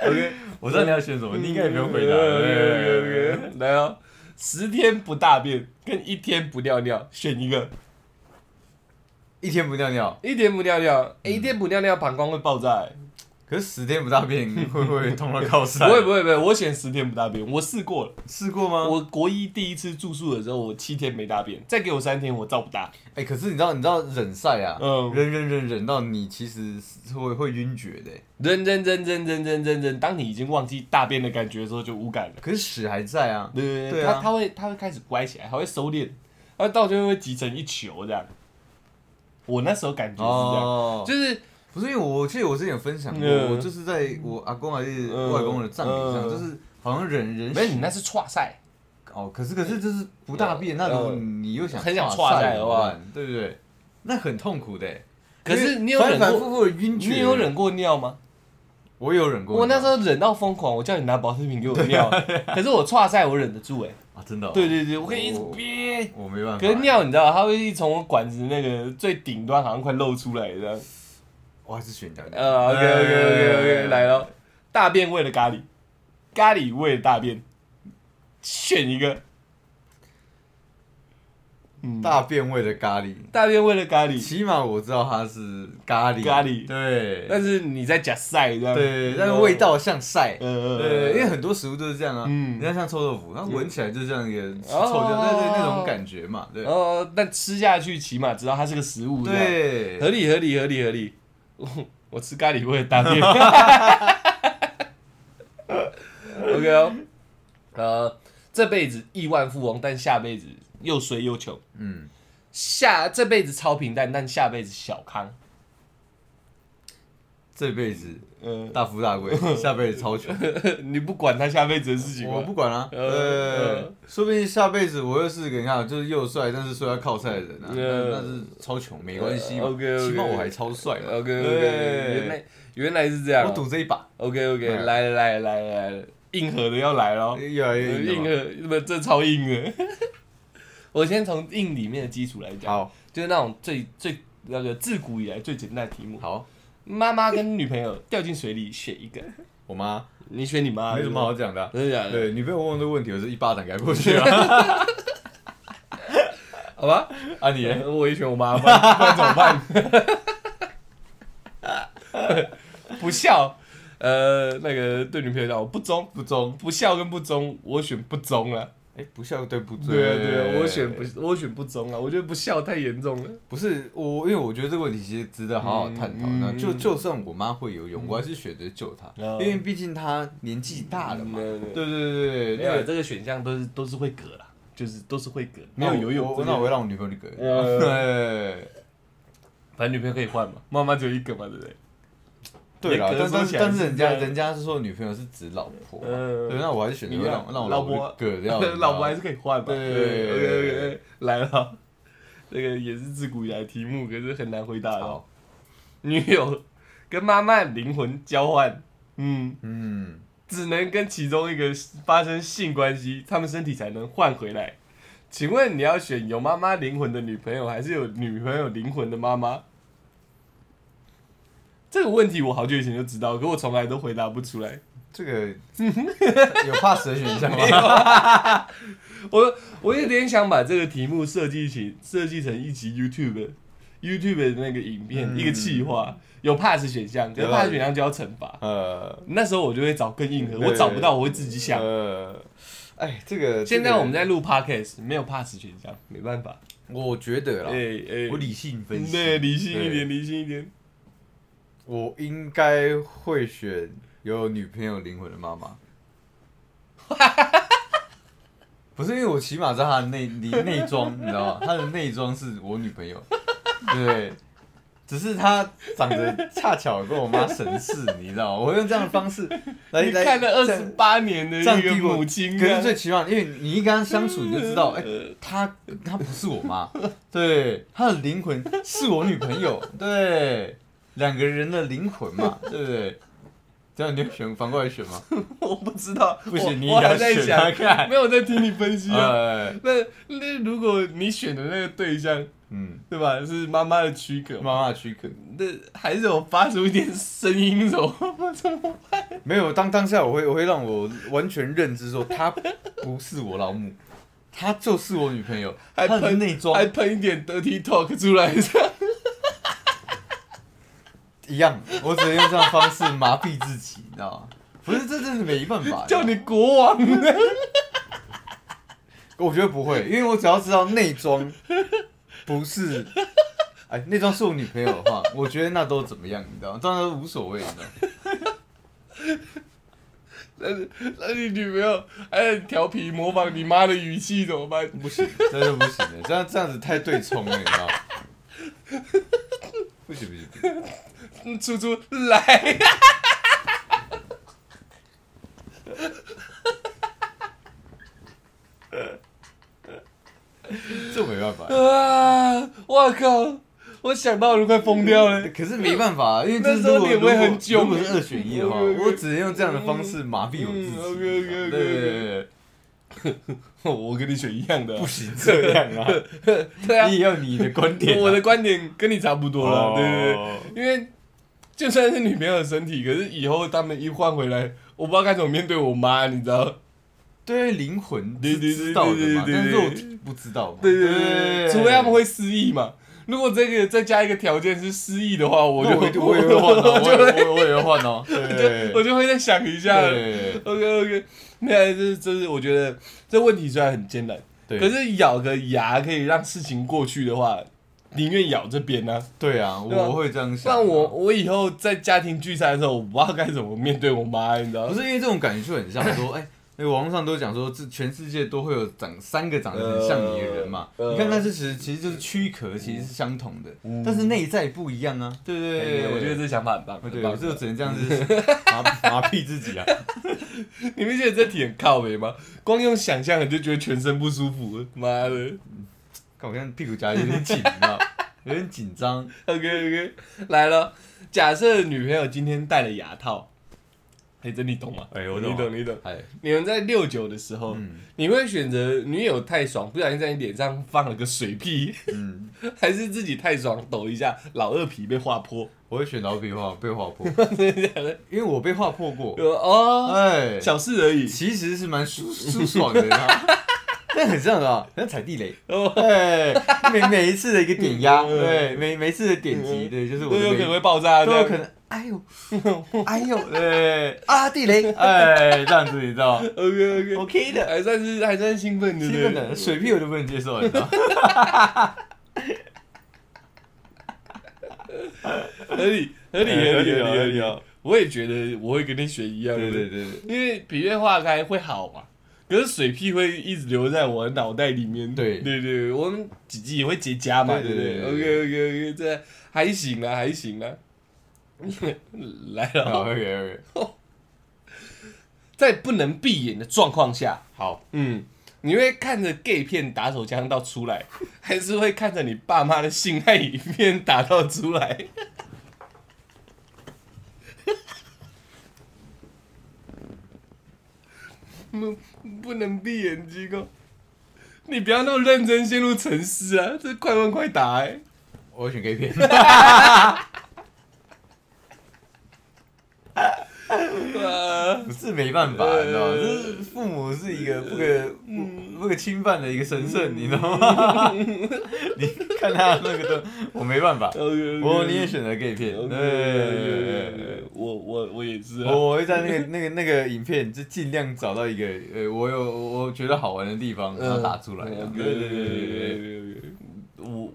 S2: OK，我知道你要选什么，你应该也不用回答。
S1: OK OK，来哦，十天不大便跟一天不尿尿，选一个。
S2: 一天不尿尿，
S1: 一天不尿尿，欸一天不尿尿，膀胱会爆炸、欸。
S2: 可是十天不大便会不会痛到靠
S1: 不
S2: 塞？
S1: 会不会不会，我选十天不大便，我试过了。
S2: 试过吗？
S1: 我国一第一次住宿的时候，我七天没大便，再给我三天，我照不大。
S2: 哎、可是你知道，你知道忍晒啊，
S1: 嗯
S2: 忍忍忍忍到你其实是会会晕厥的欸，
S1: 认认认认认认认认，当你已经忘记大便的感觉的时候，就无感了。
S2: 可是屎还在啊。
S1: 对对
S2: 对
S1: 对，
S2: 啊
S1: 它它会它会开始乖起来，还会收敛，它到最后会集成一球这样。我那时候感觉是这样，
S2: 哦，
S1: 就是
S2: 不是因为我记得我之前有分享过，
S1: 嗯
S2: 我就是在我阿公还是
S1: 嗯
S2: 外公的葬礼
S1: 嗯
S2: 上，就是好像忍忍
S1: 没有
S2: 屎
S1: 你那是岔赛，
S2: 哦，可是可是就是不大便，那如果你又想
S1: 嗯很想
S2: 化
S1: 化塞
S2: 塞怎
S1: 的
S2: 么
S1: 话
S2: 办，对不对？那很痛苦的欸。
S1: 可
S2: 因为
S1: 是你有
S2: 反
S1: 忍
S2: 反
S1: 过
S2: 复复的晕厥，
S1: 你有忍过尿吗？
S2: 我有忍过。
S1: 我那时候忍到疯狂，我叫你拿保特瓶给我尿，啊 可是我岔赛我忍得住哎、
S2: 啊，真的哦，
S1: 对对对，我可以一直
S2: 我
S1: 憋。
S2: 我没办法。
S1: 可是尿你知道，它会一直从我管子那个最顶端好像快露出来这样。
S2: 我还是选掉。
S1: 呃，OK OK OK
S2: 哎
S1: OK，来了，大便味的咖喱，咖喱味的大便，选一个。嗯，
S2: 大便味的咖喱。
S1: 大便味的咖喱，
S2: 起码我知道它是咖喱，
S1: 咖喱
S2: 对，
S1: 但是你在假晒这样。
S2: 对，但是味，道像晒，
S1: 呃，
S2: 对，因为很多食物都是这样啊，
S1: 嗯
S2: 你看像臭豆腐，它闻起来就像一个
S1: 哦
S2: 臭掉，对对，那种感觉嘛，对，
S1: 呃，但吃下去起码知道它是个食物。这样。合
S2: 对，
S1: 理合理合理合理。我我吃咖喱味的大便。OK 哦，呃，这辈子亿万富翁，但下辈子又衰又穷。
S2: 嗯，
S1: 下这辈子超平淡，但下辈子小康。
S2: 这辈子
S1: 呃，
S2: 大富大贵，下辈子超穷，
S1: 你不管他下辈子的事情
S2: 我
S1: 吗？
S2: 不管啊，
S1: 呃
S2: 对
S1: 呃，
S2: 说不定下辈子我又是个你看，就是又帅但是帅要靠晒的人啊，
S1: 呃
S2: 那那是超穷没关系
S1: 呃，OK，OK
S2: 起码我还超帅嘛
S1: OK OK，
S2: 对
S1: 原来原来是这样
S2: 我
S1: 哦、
S2: 赌这一把，
S1: OK OK，
S2: 嗯
S1: 来了来了来了来了，硬核的要来了哦。
S2: 越来越
S1: 硬
S2: 硬了
S1: 核，不，这超硬的。 我先从硬里面的基础来讲。
S2: 嘛，好
S1: 就是那种最最那个自古以来最简单的题目。
S2: 好，
S1: 妈妈跟女朋友掉进水里选一个，
S2: 我妈
S1: 你选你妈，
S2: 没什么好讲的啊
S1: 对不对？真的假的？
S2: 对，女朋友问这个问题，我是一巴掌给她过去 啊！
S1: 好吧，
S2: 啊你嘞，
S1: 呃我也选我妈，不然不然怎么办？ 不孝，呃，那个对女朋友讲我不忠，
S2: 不忠，
S1: 不孝跟不忠，我选不忠了。
S2: 哎，不孝对不对？
S1: 对啊对啊，我选不，我选不忠啊，我觉得不孝太严重了。
S2: 不是我，因为我觉得这个问题其实值得好好探讨。
S1: 嗯
S2: 那
S1: 嗯
S2: 就就算我妈会游泳，我还是选择救她，因
S1: 嗯
S2: 为毕竟她年纪大了嘛。
S1: 嗯
S2: 对对对对
S1: 没
S2: 对，那
S1: 有
S2: 个
S1: 这个选项都是都是会隔啦，就是都是会隔，没
S2: 那
S1: 有
S2: 我
S1: 游泳
S2: 我
S1: 这个
S2: 那我会让我女朋友给。
S1: 呃
S2: 对
S1: 反正女朋友可以换嘛，妈妈只有一个嘛，对不对？
S2: 对啦，
S1: 严格
S2: 但但
S1: 说
S2: 是
S1: 起来
S2: 但是人家
S1: 这样
S2: 人家是说女朋友是指老婆嘛，
S1: 嗯
S2: 对，那我还是选择
S1: 一样
S2: 让让我
S1: 老
S2: 婆
S1: 婆
S2: 给 掉，你知道
S1: 老
S2: 吗
S1: 婆还是可以换嘛。
S2: 对
S1: ，OK OK，来 了，这个也是自古以来的题目，可是很难回答的。哦
S2: 好，
S1: 女友跟妈妈灵魂交换，嗯，
S2: 嗯，
S1: 只能跟其中一个发生性关系，他们身体才能换回来。请问你要选有妈妈灵魂的女朋友，还是有女朋友灵魂的妈妈？这个问题我好久以前就知道，可我从来都回答不出来。
S2: 这 个有 pass 的选项吗？
S1: 我我有点想把这个题目设计起设计成一集 YouTube YouTube 的那个影片、
S2: 嗯
S1: 一个企划，有 pass 选项，可是
S2: 有道理
S1: pass 选项就要惩罚。
S2: 呃，
S1: 那时候我就会找更硬核，
S2: 对
S1: 我找不到我会自己想。
S2: 呃，哎，这个
S1: 现在我们，在
S2: 这
S1: 录 podcast，没有 pass 选项，没办法。
S2: 个我觉得啦
S1: 哎，哎，
S2: 我理性分析，
S1: 对，理性一
S2: 对
S1: 点，理性一点。
S2: 我应该会选有女朋友灵魂的妈妈。不是因为我起码知道她的内里内装，你知道吗？她的内装是我女朋友，对，只是她长得恰巧跟我妈神似，你知道吗？我用这样的方式来
S1: 你
S2: 哎来
S1: 看了二
S2: 这
S1: 十
S2: 样
S1: 八年的
S2: 这样
S1: 一个嗯
S2: 逼我
S1: 母亲
S2: 可
S1: 啊，
S2: 是最起码，因为你一跟她相处，你就知道，哎、她她不是我妈，对，她的灵魂是我女朋友，对，两个人的灵魂嘛，对不对？这样你就选反过来选吗？
S1: 我不知道，
S2: 不行，你
S1: 我我
S2: 也
S1: 还
S2: 要
S1: 在
S2: 选
S1: 想
S2: 她，看。
S1: 没有我在听你分析啊。
S2: 呃，
S1: 那那如果你选的那个对象，
S2: 嗯，
S1: 对吧？是妈妈的躯壳嘛？
S2: 妈妈的躯壳
S1: 那还是有发出一点声音，怎么怎么
S2: 没有当当下，我会我会让我完全认知说，她不是我老母，她就是我女朋友，
S1: 还
S2: 她的
S1: 喷
S2: 内装
S1: 还喷一点 dirty talk 出来？
S2: 一样，我只能用这样的方式麻痹自己，你知道吗？不是，这真的没办法。
S1: 叫你国王 呢？
S2: 我觉得不 会，因为我只要知道内装不是，哎，内装是我女朋友的话，我觉得那都怎么样，你知道吗？当然都无所谓，你知道吗？
S1: 那那你女朋友还很调皮模仿你妈的语气怎么办？
S2: 不行，这就不行了，这样这样子太对冲了，你知道吗？不行不行，不行
S1: 嗯猪猪来，
S2: 这没办法。
S1: 啊！我靠！我想到我都快疯 掉了。
S2: 可是没办法，啊因为这
S1: 那时候
S2: 如果
S1: 脸会很囧
S2: 如果如果是二选一的话，
S1: 嗯
S2: 我只能用这样的方式麻痹我自己。
S1: 嗯，OK，OK，OK，OK
S2: 对对对对，
S1: 我跟你选一样的啊、
S2: 不行这样啊！
S1: 对啊
S2: 你，也有你的观点啊、哦
S1: 我的观点跟你差不多了，对对对。
S2: 对
S1: 因为就算是女朋友的身体，可是以后他们一换回来，我不知道该怎么面对我妈，你知道？
S2: 对灵魂
S1: 对
S2: 是
S1: 对对
S2: 知道的嘛，
S1: 对对
S2: 但
S1: 对
S2: 是肉体不知道嘛。
S1: 对对对对，除非他们，会失忆嘛。如果这个再加一个条件是失忆的话，我
S2: 我
S1: 就
S2: 就
S1: 会
S2: 会我也会换哦，
S1: 我 就会
S2: 我我我也会换哦。对
S1: 我
S2: 对对
S1: 就我就会再想一下。
S2: 对
S1: OK OK，那这是这是我觉得这问题虽然很艰难，
S2: 对，
S1: 可是咬个牙可以让事情过去的话，宁愿咬这边呢、啊。
S2: 对啊，
S1: 对吧
S2: 我会这样
S1: 不
S2: 想啊。
S1: 然我 我以后在家庭聚餐的时候，我不知道该怎么面对我妈，你知道
S2: 不？是因为这种感觉就很像说，哎，那个网络上都讲说，这全世界都会有长三个长得很像你的人嘛。
S1: 呃
S2: 你看，但是其实其实就是躯壳其实是相同的
S1: 嗯，哎
S2: 但是内在不一样啊。对对对对，
S1: 我觉得这想法很棒，
S2: 对。
S1: 很
S2: 对，
S1: 棒
S2: 我就只能 这样子麻麻痹自己啊！
S1: 你们觉得这题很靠北吗？光用想象你就觉得全身不舒服，妈的。
S2: 看我现在屁股夹得有点紧，你知道吗，有点紧张。
S1: OK OK，来了。假设女朋友今天戴了牙套，哎、这你懂吗？
S2: 哎我
S1: 你
S2: 懂
S1: 懂，你懂。
S2: 哎，
S1: 你们在六九的时候，
S2: 嗯
S1: 你会选择女友太爽，不小心在你脸上放了个水屁，
S2: 嗯，
S1: 还是自己太爽抖一下老二皮被划破？
S2: 我会选老笔画被划破，
S1: 真的假的？
S2: 因为我被划破过。
S1: 哦，
S2: 哎，
S1: 小事而已。
S2: 其实是蛮舒舒爽的，你知道吗 那很像的啊，很像踩地雷。
S1: 哦，
S2: 哎，每每一次的一个点 压，
S1: 嗯
S2: 对，每每一次的点击，
S1: 嗯
S2: 对，就是我
S1: 都
S2: 的
S1: 有可
S2: 每
S1: 能会爆炸，
S2: 都
S1: 这样
S2: 有可能。哎呦， 哎呦，对啊，地雷，哎，这样子你知道吗
S1: OK OK，
S2: ？OK 的，
S1: 还算是还算是兴奋的，对
S2: 兴
S1: 不对
S2: 奋的，水屁我都不能接受，你知道吗？
S1: 合理合理
S2: 哎
S1: 合理合
S2: 合理哦
S1: 理
S2: 合
S1: 合
S2: 理
S1: 理。我也觉得我会跟你选一样的，
S2: 对对对对
S1: 因为皮被化开会好嘛，可是水屁会一直留在我的脑袋里面。
S2: 对
S1: 对对，我们几集也会结痂嘛，
S2: 对
S1: 对
S2: 对
S1: 不
S2: 对
S1: 对
S2: 对
S1: ？OK OK OK，这还行啊，还行啊。 来
S2: 好
S1: 了，
S2: ，OK OK，
S1: 在不能闭眼的状况下，
S2: 好，
S1: 嗯，你会看着 gay 片打手枪到出来，还是会看着你爸妈的性爱影片打到出来？不，不能闭眼睛哦！你不要那么认真陷入沉思啊！这快问快答哎、
S2: 我会选 gay 片。
S1: 呃
S2: 不 是没办法，你知道
S1: 呃
S2: 吗？
S1: 嗯
S2: 就是父母是一个不可不不可侵犯的一个神圣，你知道吗？ 你看他那个都，我没 办法，
S1: ，OK，
S2: 我你也选择 gay 片，对对对对
S1: OK，我我我也是啊，
S2: 我我会在那个那个那个影片，就尽量找到一个呃，我有我觉得好玩的地方，然后打出来。
S1: 嗯
S2: 对对对对对，
S1: 对对，我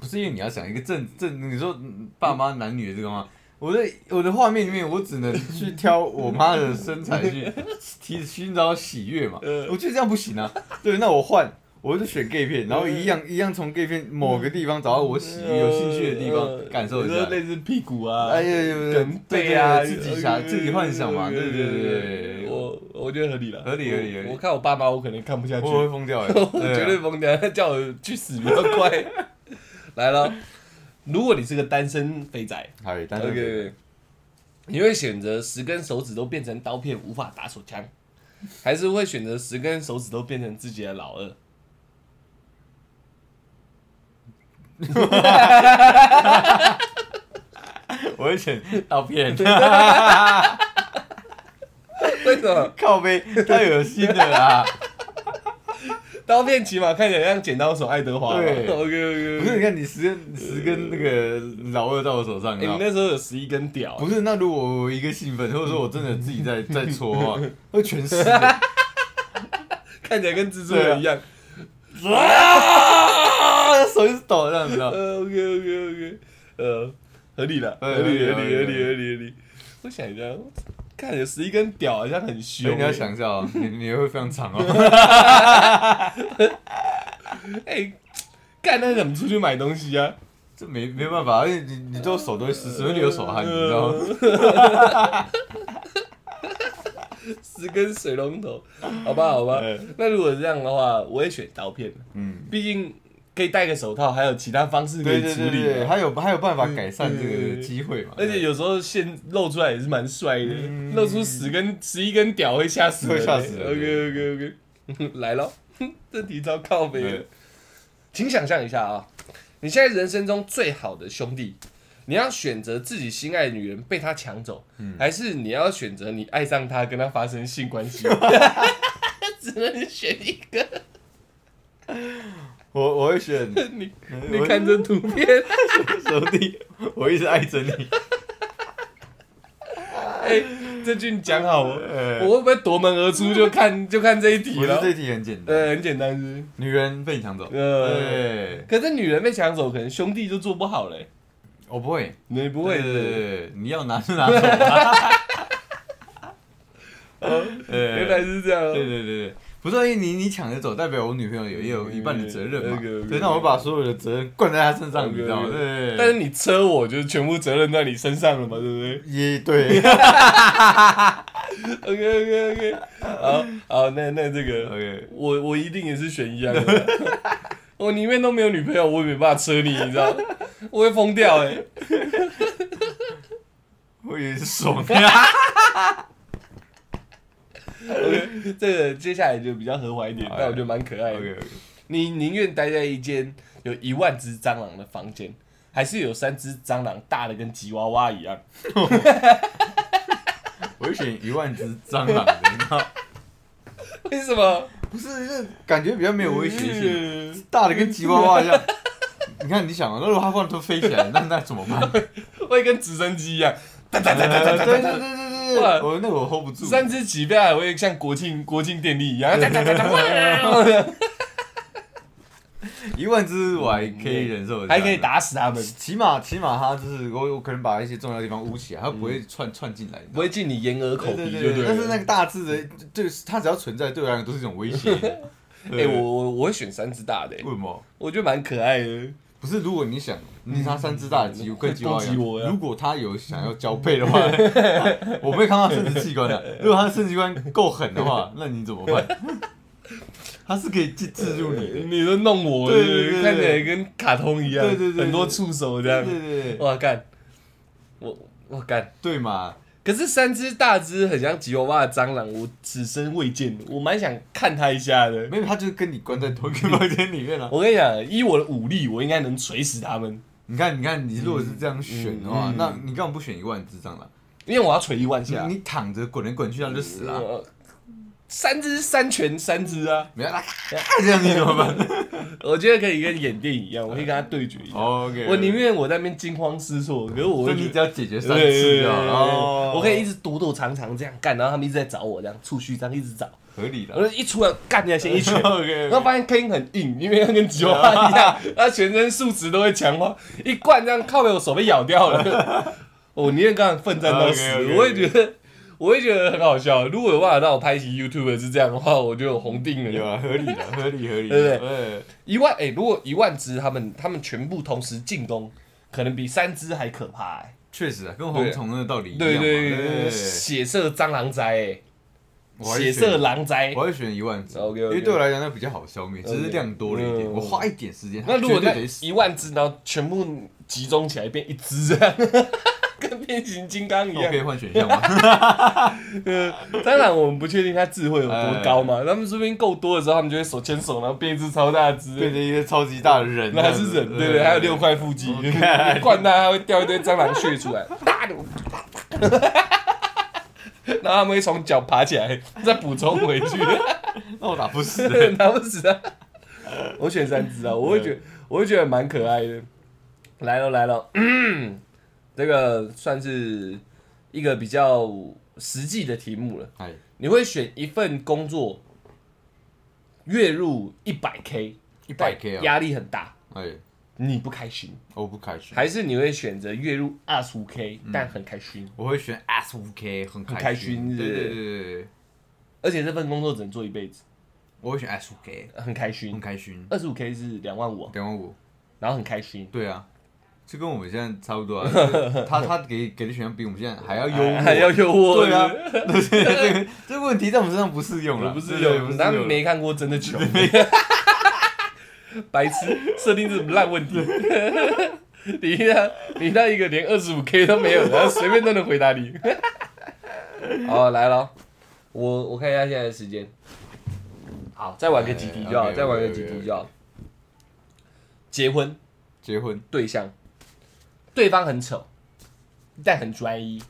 S2: 不是因为你要想一个正正，你说嗯爸妈男女的这个吗？我的我的画面里面，我只能去挑我妈的身材去提寻找喜悦嘛。
S1: 嗯
S2: 我觉得这样不行啊。对，那我换，我就选 gay 片，然后一样一样从 gay 片某个地方找到我喜有兴趣的地
S1: 呃
S2: 方，感受一
S1: 你说
S2: 下。
S1: 类似屁股啊，
S2: 哎呀，有有
S1: 梗
S2: 对
S1: 背
S2: 呀，
S1: 啊，
S2: 自己想自己幻想嘛，对对对对对。
S1: 我我觉得合理了，
S2: 合理合理合理
S1: 我我看我爸妈，我可能看不下去，
S2: 我会
S1: 我
S2: 疯掉哎、啊
S1: 绝对疯掉，叫我去死比较快。 来了，如果你是个单身肥仔
S2: 好，但是
S1: ，OK，你会选择十根手指都变成刀片，无法打手枪，还是会选择十根手指都变成自己的老二？
S2: 我会选刀片，
S1: 为什么？
S2: 靠背太恶心了啦！
S1: 刀片起码看起来像剪刀手爱德华嘛。 欸
S2: 对
S1: OK OK。
S2: 不是，你看你十根十根那个老二在我手上，你
S1: 哎、
S2: 知道
S1: 你
S2: 吗
S1: 那时候有十一根屌、
S2: 不是，呃那如果我一个兴奋，或者说我真的自己在在搓的 话，会全哦湿的。
S1: 看起来跟蜘蛛人一 样。
S2: 啊！手一直抖这样子啊。
S1: 呃，OK OK OK，呃，合理的，合
S2: 呃
S1: 理合理合理
S2: 合理合
S1: 合
S2: 理
S1: 理合理合理。我想一下，看有十一根屌好像很
S2: 所
S1: 凶、
S2: 以你要
S1: 欸
S2: 想一下哦，你你会非常长哦。
S1: 哎、干那怎么出去买东西啊？
S2: 这没没办法，而且你你都手都会湿湿，因为你有手汗，你知道吗？
S1: 十根水龙头，好吧好吧
S2: 哎。
S1: 那如果是这样的话，我也选刀片，
S2: 嗯，
S1: 毕竟可以戴个手套，还有其他方式可
S2: 对
S1: 以
S2: 对
S1: 处
S2: 对
S1: 理
S2: 对，
S1: 嘛。
S2: 还有还有办法改善这
S1: 嗯
S2: 个
S1: 嗯
S2: 机会嘛。
S1: 而且有时候线露出来也是蛮帅的，露出十根、十一根屌会吓死人、
S2: 会吓死人
S1: OK OK OK，来咯， 这题超靠北的
S2: 对。
S1: 请想象一下啊，你现在人生中最好的兄弟，你要选择自己心爱的女人被他抢走，还是你要选择你爱上他，跟他发生性关 系？只能选一个。
S2: 我我会选
S1: 你你看这图片，
S2: 手 弟，我一直爱着你。
S1: 哎、这句你讲 好哦。
S2: 呃
S1: 我会不会夺门而出就看就看这一题
S2: 我觉得
S1: 了
S2: 这？一题很简单，
S1: 呃，很简单是
S2: 女人被你抢走。
S1: 不是，呃，
S2: 对，
S1: 可是女人被抢走，可能兄弟就做不好嘞、
S2: 我不会，
S1: 你不会
S2: 对对
S1: 的，
S2: 对，你要拿就拿走吧。对
S1: 原来是这样哦、
S2: 对对对对，不是因为你你抢着走，代表我女朋友有也有一半的责任嘛。
S1: OK，OK，OK
S2: 对，那我把所有的责任灌在她身上，
S1: OK，OK
S2: 你知道吗？对，
S1: 但是你车我，就是全部责任在你身上了嘛，对不对
S2: 也对。
S1: ？OK OK OK，好好，那那这个，
S2: OK，
S1: 我我一定也是选一样 的。我里面都没有女朋友，我也没办法车你，你知道吗？ 我会疯掉哎、
S2: 我也是爽。
S1: OK，这个接下来就比较和缓一点，
S2: 好
S1: 但我觉得蛮可爱的。
S2: OK，
S1: 你宁愿待在一间有一万只蟑螂的房间，还是有三只蟑螂大的跟吉娃娃一样？
S2: 我会选一万只蟑螂的，你知道吗？
S1: 为什么？
S2: 不是，这感觉比较没有威胁性。
S1: 嗯
S2: 大的跟吉娃娃一样。你看，你想啊，那如果它突然都飞起来，那那怎么办？
S1: 会跟直升机一样，哒哒哒哒哒哒
S2: 对对对
S1: 哒。
S2: 对对，我那个我 hold 不住。
S1: 三只起飞还会像国庆国庆电力一样，哒哒哒哒哇
S2: 一万只我还可以忍 受，
S1: 还可以，打死他们，
S2: 起码起码它就是我我可能把一些重要地方捂起来，它不会窜窜进来。
S1: 不会进你眼耳口
S2: 对
S1: 鼻，
S2: 对
S1: 就了。
S2: 对，
S1: 哎
S2: 但是那个大只的，就是它只要存在，对我来讲都是一种 威胁。
S1: 哎，我我我会选三只大的，欸
S2: 为什么？
S1: 我觉得蛮可爱的。
S2: 不是，如果你想，你拿三只大的鸡，跟鸡娃 一
S1: 攻击我
S2: 样，
S1: 呀
S2: 如果它有想要交配的话， 我不会看到生殖器 官的。如果它的生殖器官够狠的话，那你怎么办？ 它是可以进置入你的。
S1: 你都弄我，
S2: 对对对对
S1: 看起来跟卡通一样，
S2: 对对对对
S1: 很多触手这
S2: 对
S1: 样。
S2: 对对
S1: 哇干，我我干。
S2: 对嘛？
S1: 可是三只大只很像吉娃娃的蟑螂，我此生未见，我蛮想看它一下的。
S2: 没有，他就是跟你关在同一个房间里面了、啊
S1: 我跟你讲，以我的武力，我应该能锤死他们。
S2: 你看，你看，你如果是这样选的话，
S1: 嗯嗯
S2: 那你干嘛不选一万只蟑螂？
S1: 因为我要捶一万下
S2: 你，你躺着滚来滚去，那就死了啊。
S1: 呃三只三拳三只啊！
S2: 没有啦，这样你怎么办
S1: 我觉得可以跟演电影一样，我可以跟他对决一下。
S2: ？OK，
S1: 我宁愿我在那边惊慌失措，可是我
S2: 哦所
S1: 会
S2: 以
S1: 觉
S2: 你
S1: 得
S2: 只要解决三
S1: 对对
S2: 次
S1: 对
S2: 就好
S1: 对
S2: 了。哦
S1: 我可以一直躲躲藏藏这样干，然后他们一直在找我这样触须这样一直找，
S2: 合理
S1: 我
S2: 的。
S1: 就一出来干人家 先一拳。
S2: OK，
S1: 然后发现 King 很硬，因为他跟吉娃娃一
S2: 啊
S1: 样， 他全身数值都会强化，一灌这样靠背我手被咬掉了。哦我宁愿跟他奋战到死
S2: OK，OK，OK
S1: 我会觉得，我会觉得很好笑。如果有办法让我拍一期 YouTube 是这样的话，我就有红定了。
S2: 有啊，合理的，合理合理，
S1: 对不
S2: 对？
S1: 一万哎、如果一万只他们他们全部同时进攻，可能比三只还可怕哎、
S2: 确实啊，跟蝗虫的道理一样
S1: 对
S2: 嘛。
S1: 对对
S2: 对
S1: 对，血色蟑螂灾哎、
S2: 我还
S1: 血
S2: 是
S1: 色
S2: 选，
S1: 狼灾
S2: 我。还是选一万只，
S1: OK，OK
S2: 因为对我来讲那比较好消灭，只是量多了一点，
S1: 嗯
S2: 我花一点时间。
S1: 那如果
S2: 绝
S1: 那
S2: 对得死
S1: 一万只，然后全部集中起来变一只这样， 跟变形金刚一
S2: 我
S1: 样
S2: 可。以换选项吗？
S1: 呃，当然我们不确定它智慧有多高
S2: 哎
S1: 嘛，他们说不定够多的时候，他们就会手牵手，然后变一只超大
S2: 变
S1: 只。
S2: 成一个超级大的人，
S1: 那还是人，对不对？还有六块腹肌， 你灌它，它会掉一堆蟑螂血出来， 大的。然后他们会从脚爬起来，再补充回去。
S2: 那我打 不死。
S1: 拿不死啊！我选三只啊，我会觉得我会觉得蛮可爱的。来了来了， 这个算是一个比较实际的题目了。
S2: 哎，
S1: 你会选一份工作月入一百 K，
S2: 一百 K 啊！
S1: 压力很大，
S2: 哎，
S1: 你不开心，
S2: 我不开心，
S1: 还是你会选择月入二十五 K，但
S2: 嗯
S1: 很开心，
S2: 我会选 S 五 K，很
S1: 很开
S2: 心。
S1: 心是
S2: 对
S1: 不是
S2: 对对对对，
S1: 而且这份工作只能做一辈子，
S2: 我会选 S 五 K，
S1: 很开
S2: 很
S1: 心。
S2: 开心。
S1: 二十五 K 是两万五，啊
S2: 两万五，
S1: 然后很开心，
S2: 对啊。这跟我们现在差不多 啊，就是他他给给的选项比我们现在还要优
S1: 哎还
S2: 渥，
S1: 要诱惑，
S2: 哦对啊，这个这个问题在我们身上不适用了，
S1: 不是
S2: 啊对
S1: 有，
S2: 不适
S1: 他
S2: 用。
S1: 没看过真的 穷， 白痴设定这种烂问题。你那，你那一个连二十五 K 都没有，然后随便都能回答你。好，来了，我我看一下现在的时间。好，再玩个几题就好，
S2: 哎，OK，OK，OK，OK
S1: 再玩个几题就好。结婚
S2: 结婚
S1: 对象，对方很丑，但很专一；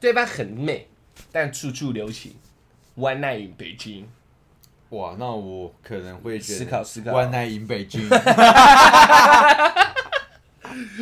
S1: 对方很美，但处处留情。One night in Beijing。
S2: 哇，那我可能会选
S1: 思考思考
S2: One Night in Beijing，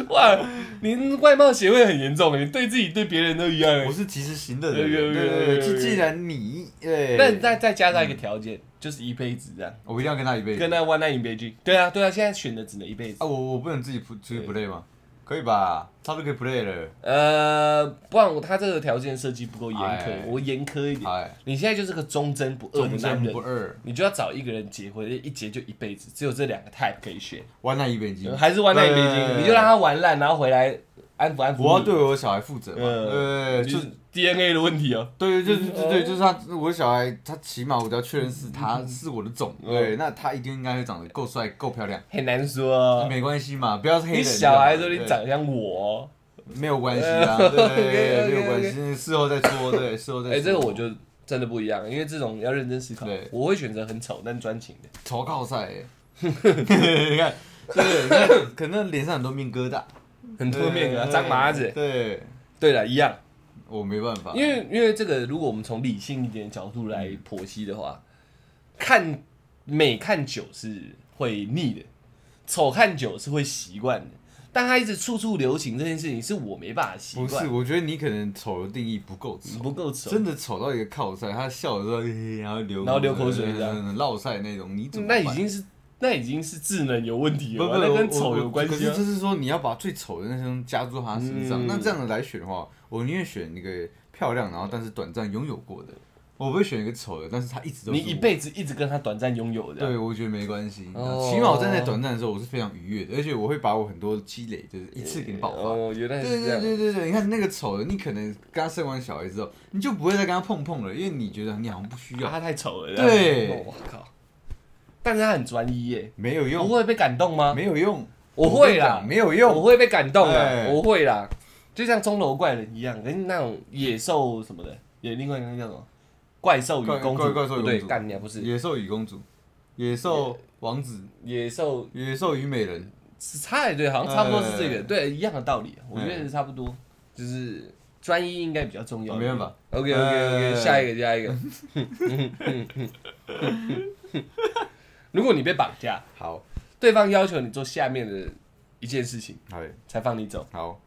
S1: 哇，您外貌协会很严重，你对自己对别人都一样欸
S2: 我。是及时行乐的人，
S1: 有有有
S2: 对对
S1: 有有
S2: 对，
S1: 有
S2: 既既然你，对，
S1: 但再再加上一个条件，就是一辈子这样，
S2: 我一定要跟他一辈子
S1: 跟。那 One Night in Beijing。对啊，对啊，现在选的只能一辈子。
S2: 啊，我我不能自己 p- 出去 play 吗？可以吧，他都可以 play 了，
S1: 呃，不然我他这个条件设计不够严
S2: 哎
S1: 苛，我严苛一点。
S2: 哎，
S1: 你现在就是个忠贞不二的
S2: 忠
S1: 男
S2: 贞
S1: 人
S2: 不，二
S1: 你就要找一个人结婚，一结就一辈子，只有这两个 type 可以选，
S2: ，One Night in Beijing，
S1: 还是 One Night in
S2: 嗯对对
S1: Beijing，
S2: 对
S1: 你就让他玩烂，然后回来安抚安抚你。
S2: 我要对我小孩负责嘛，
S1: 嗯
S2: 对，
S1: 就
S2: 就是
S1: DNA 的问题哦。
S2: 对，就是对对，就是他，我小孩，他起码我只要确认是
S1: 嗯
S2: 他是我的种，对，那他一定应该会长得够帅够漂亮，
S1: 很难说哦，
S2: 没关系嘛，不要是
S1: 你
S2: 黑人，
S1: 小孩说你
S2: 对对
S1: 长得像我哦，
S2: 没有关系啊，对对对，
S1: OK，OK，OK
S2: 没有关系，事后再说，对，事后再
S1: 哎、
S2: 说。
S1: 这个我就真的不一样，因为这种要认真思考
S2: 嗯对。
S1: 我会选择很丑但专情的。
S2: 投靠赛 欸，你看，对，你看，可能脸上很多面疙瘩，
S1: 很多面
S2: 对
S1: 啊，张麻子。
S2: 对，
S1: 对了，一样，
S2: 我没办法，
S1: 因为因为这个，如果我们从理性一点的角度来剖析的话，看美看久是会腻的，丑看久是会习惯的。但它一直处处留情这件事情，是我没办法习
S2: 不是，
S1: 惯，
S2: 我觉得你可能丑的定义不够丑，
S1: 不够丑。
S2: 真的丑到一个靠赛，他笑的时候，嘿嘿然后流，
S1: 然后流口水这样
S2: 嗯，落赛那种，你怎么
S1: 那
S2: 办？
S1: 已经是那已经是智能有问题
S2: 不
S1: 了
S2: 不，
S1: 吧，那跟
S2: 我
S1: 丑
S2: 我
S1: 有关
S2: 可
S1: 系
S2: 是
S1: 啊
S2: 就。是说，你要把最丑的那种加注他身上。
S1: 嗯
S2: 那这样的来选的话，我宁愿选那个漂亮，然后但是短暂拥有过的。我不会选一个丑的，但是他一直都
S1: 你
S2: 是
S1: 一
S2: 我
S1: 辈子一直跟他短暂拥有的啊，
S2: 对，我觉得没关系。
S1: 哦
S2: 起码我站在短暂的时候，我是非常愉悦的，而且我会把我很多积累，就是一次给你爆发。
S1: 哦，原来
S2: 对
S1: 是这
S2: 对
S1: 样。
S2: 对对对，你看那个丑的，你可能跟他生完小孩之后，你就不会再跟他碰碰了，因为你觉得你好像不需
S1: 啊
S2: 要，
S1: 他太丑了。
S2: 对
S1: 我、哦、靠！但是他很专一耶，
S2: 没有
S1: 我
S2: 用，
S1: 会被感动吗？
S2: 没有用，
S1: 我
S2: 跟
S1: 会
S2: 你
S1: 啦
S2: 讲，没有
S1: 我
S2: 用。
S1: 会被感动啦
S2: 哎，
S1: 我会啦，就像钟楼怪人一样，跟那种野兽什么的，有另外一个叫什么怪兽与
S2: 怪
S1: 公
S2: 怪
S1: 主，
S2: 怪兽与
S1: 不对，
S2: 公主
S1: 干你啊不是
S2: 野兽与公主，野兽王子，
S1: 野兽
S2: 野兽与美人，
S1: 是差也对，好像差不多是这个，
S2: 哎
S1: 对，一样的道理，我觉得是差不多，就是专一应该比较重要。
S2: 没办法，
S1: OK OK OK，
S2: 哎
S1: 下一个下 一个。如果你被绑架，
S2: 好，
S1: 对方要求你做下面的一件事情
S2: 好，
S1: 才放你走。
S2: 好，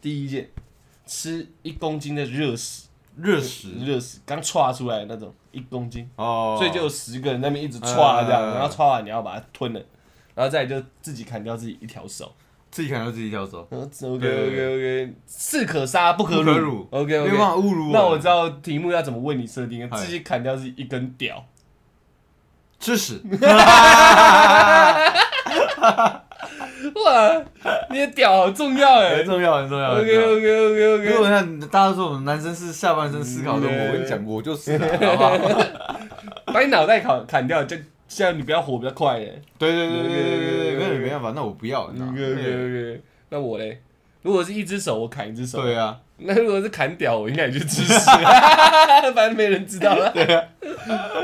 S1: 第一件，吃一公斤的热屎，
S2: 热食
S1: 热屎刚刷出来的那种，一公斤。
S2: 哦，
S1: 所以就有十个人在那边一直歘这样，
S2: 嗯
S1: 然后歘完你要把它吞了，然后再来就自己砍掉自己一条手。
S2: 自己砍到自己挑走，
S1: OK OK OK，士可杀不可
S2: 不可
S1: 辱
S2: 辱。
S1: OK
S2: 没有办
S1: OK，
S2: 法侮辱我。
S1: 那我知道题目要怎么为你设定，
S2: 嗨
S1: 自己砍掉自己一根屌。
S2: 吃屎，
S1: 哇，你的屌好重要哎
S2: 很。重要，很重要。很
S1: OK
S2: 重要
S1: OK OK
S2: 如
S1: OK，
S2: 果像大家说我们男生是下半身思考的，
S1: 嗯
S2: 我跟你讲，我就是啊，好不好？
S1: 把你脑袋砍砍掉，就这样你不要火比较快哎。
S2: 对对对对对对对，那没办法，那我不要，
S1: OK
S2: 你知道吗
S1: OK
S2: 对
S1: OK，那我嘞，如果是一只手，我砍一只手。
S2: 对啊，
S1: 那如果是砍屌，我应该也去吃 屎，反正没人知道了。对啊，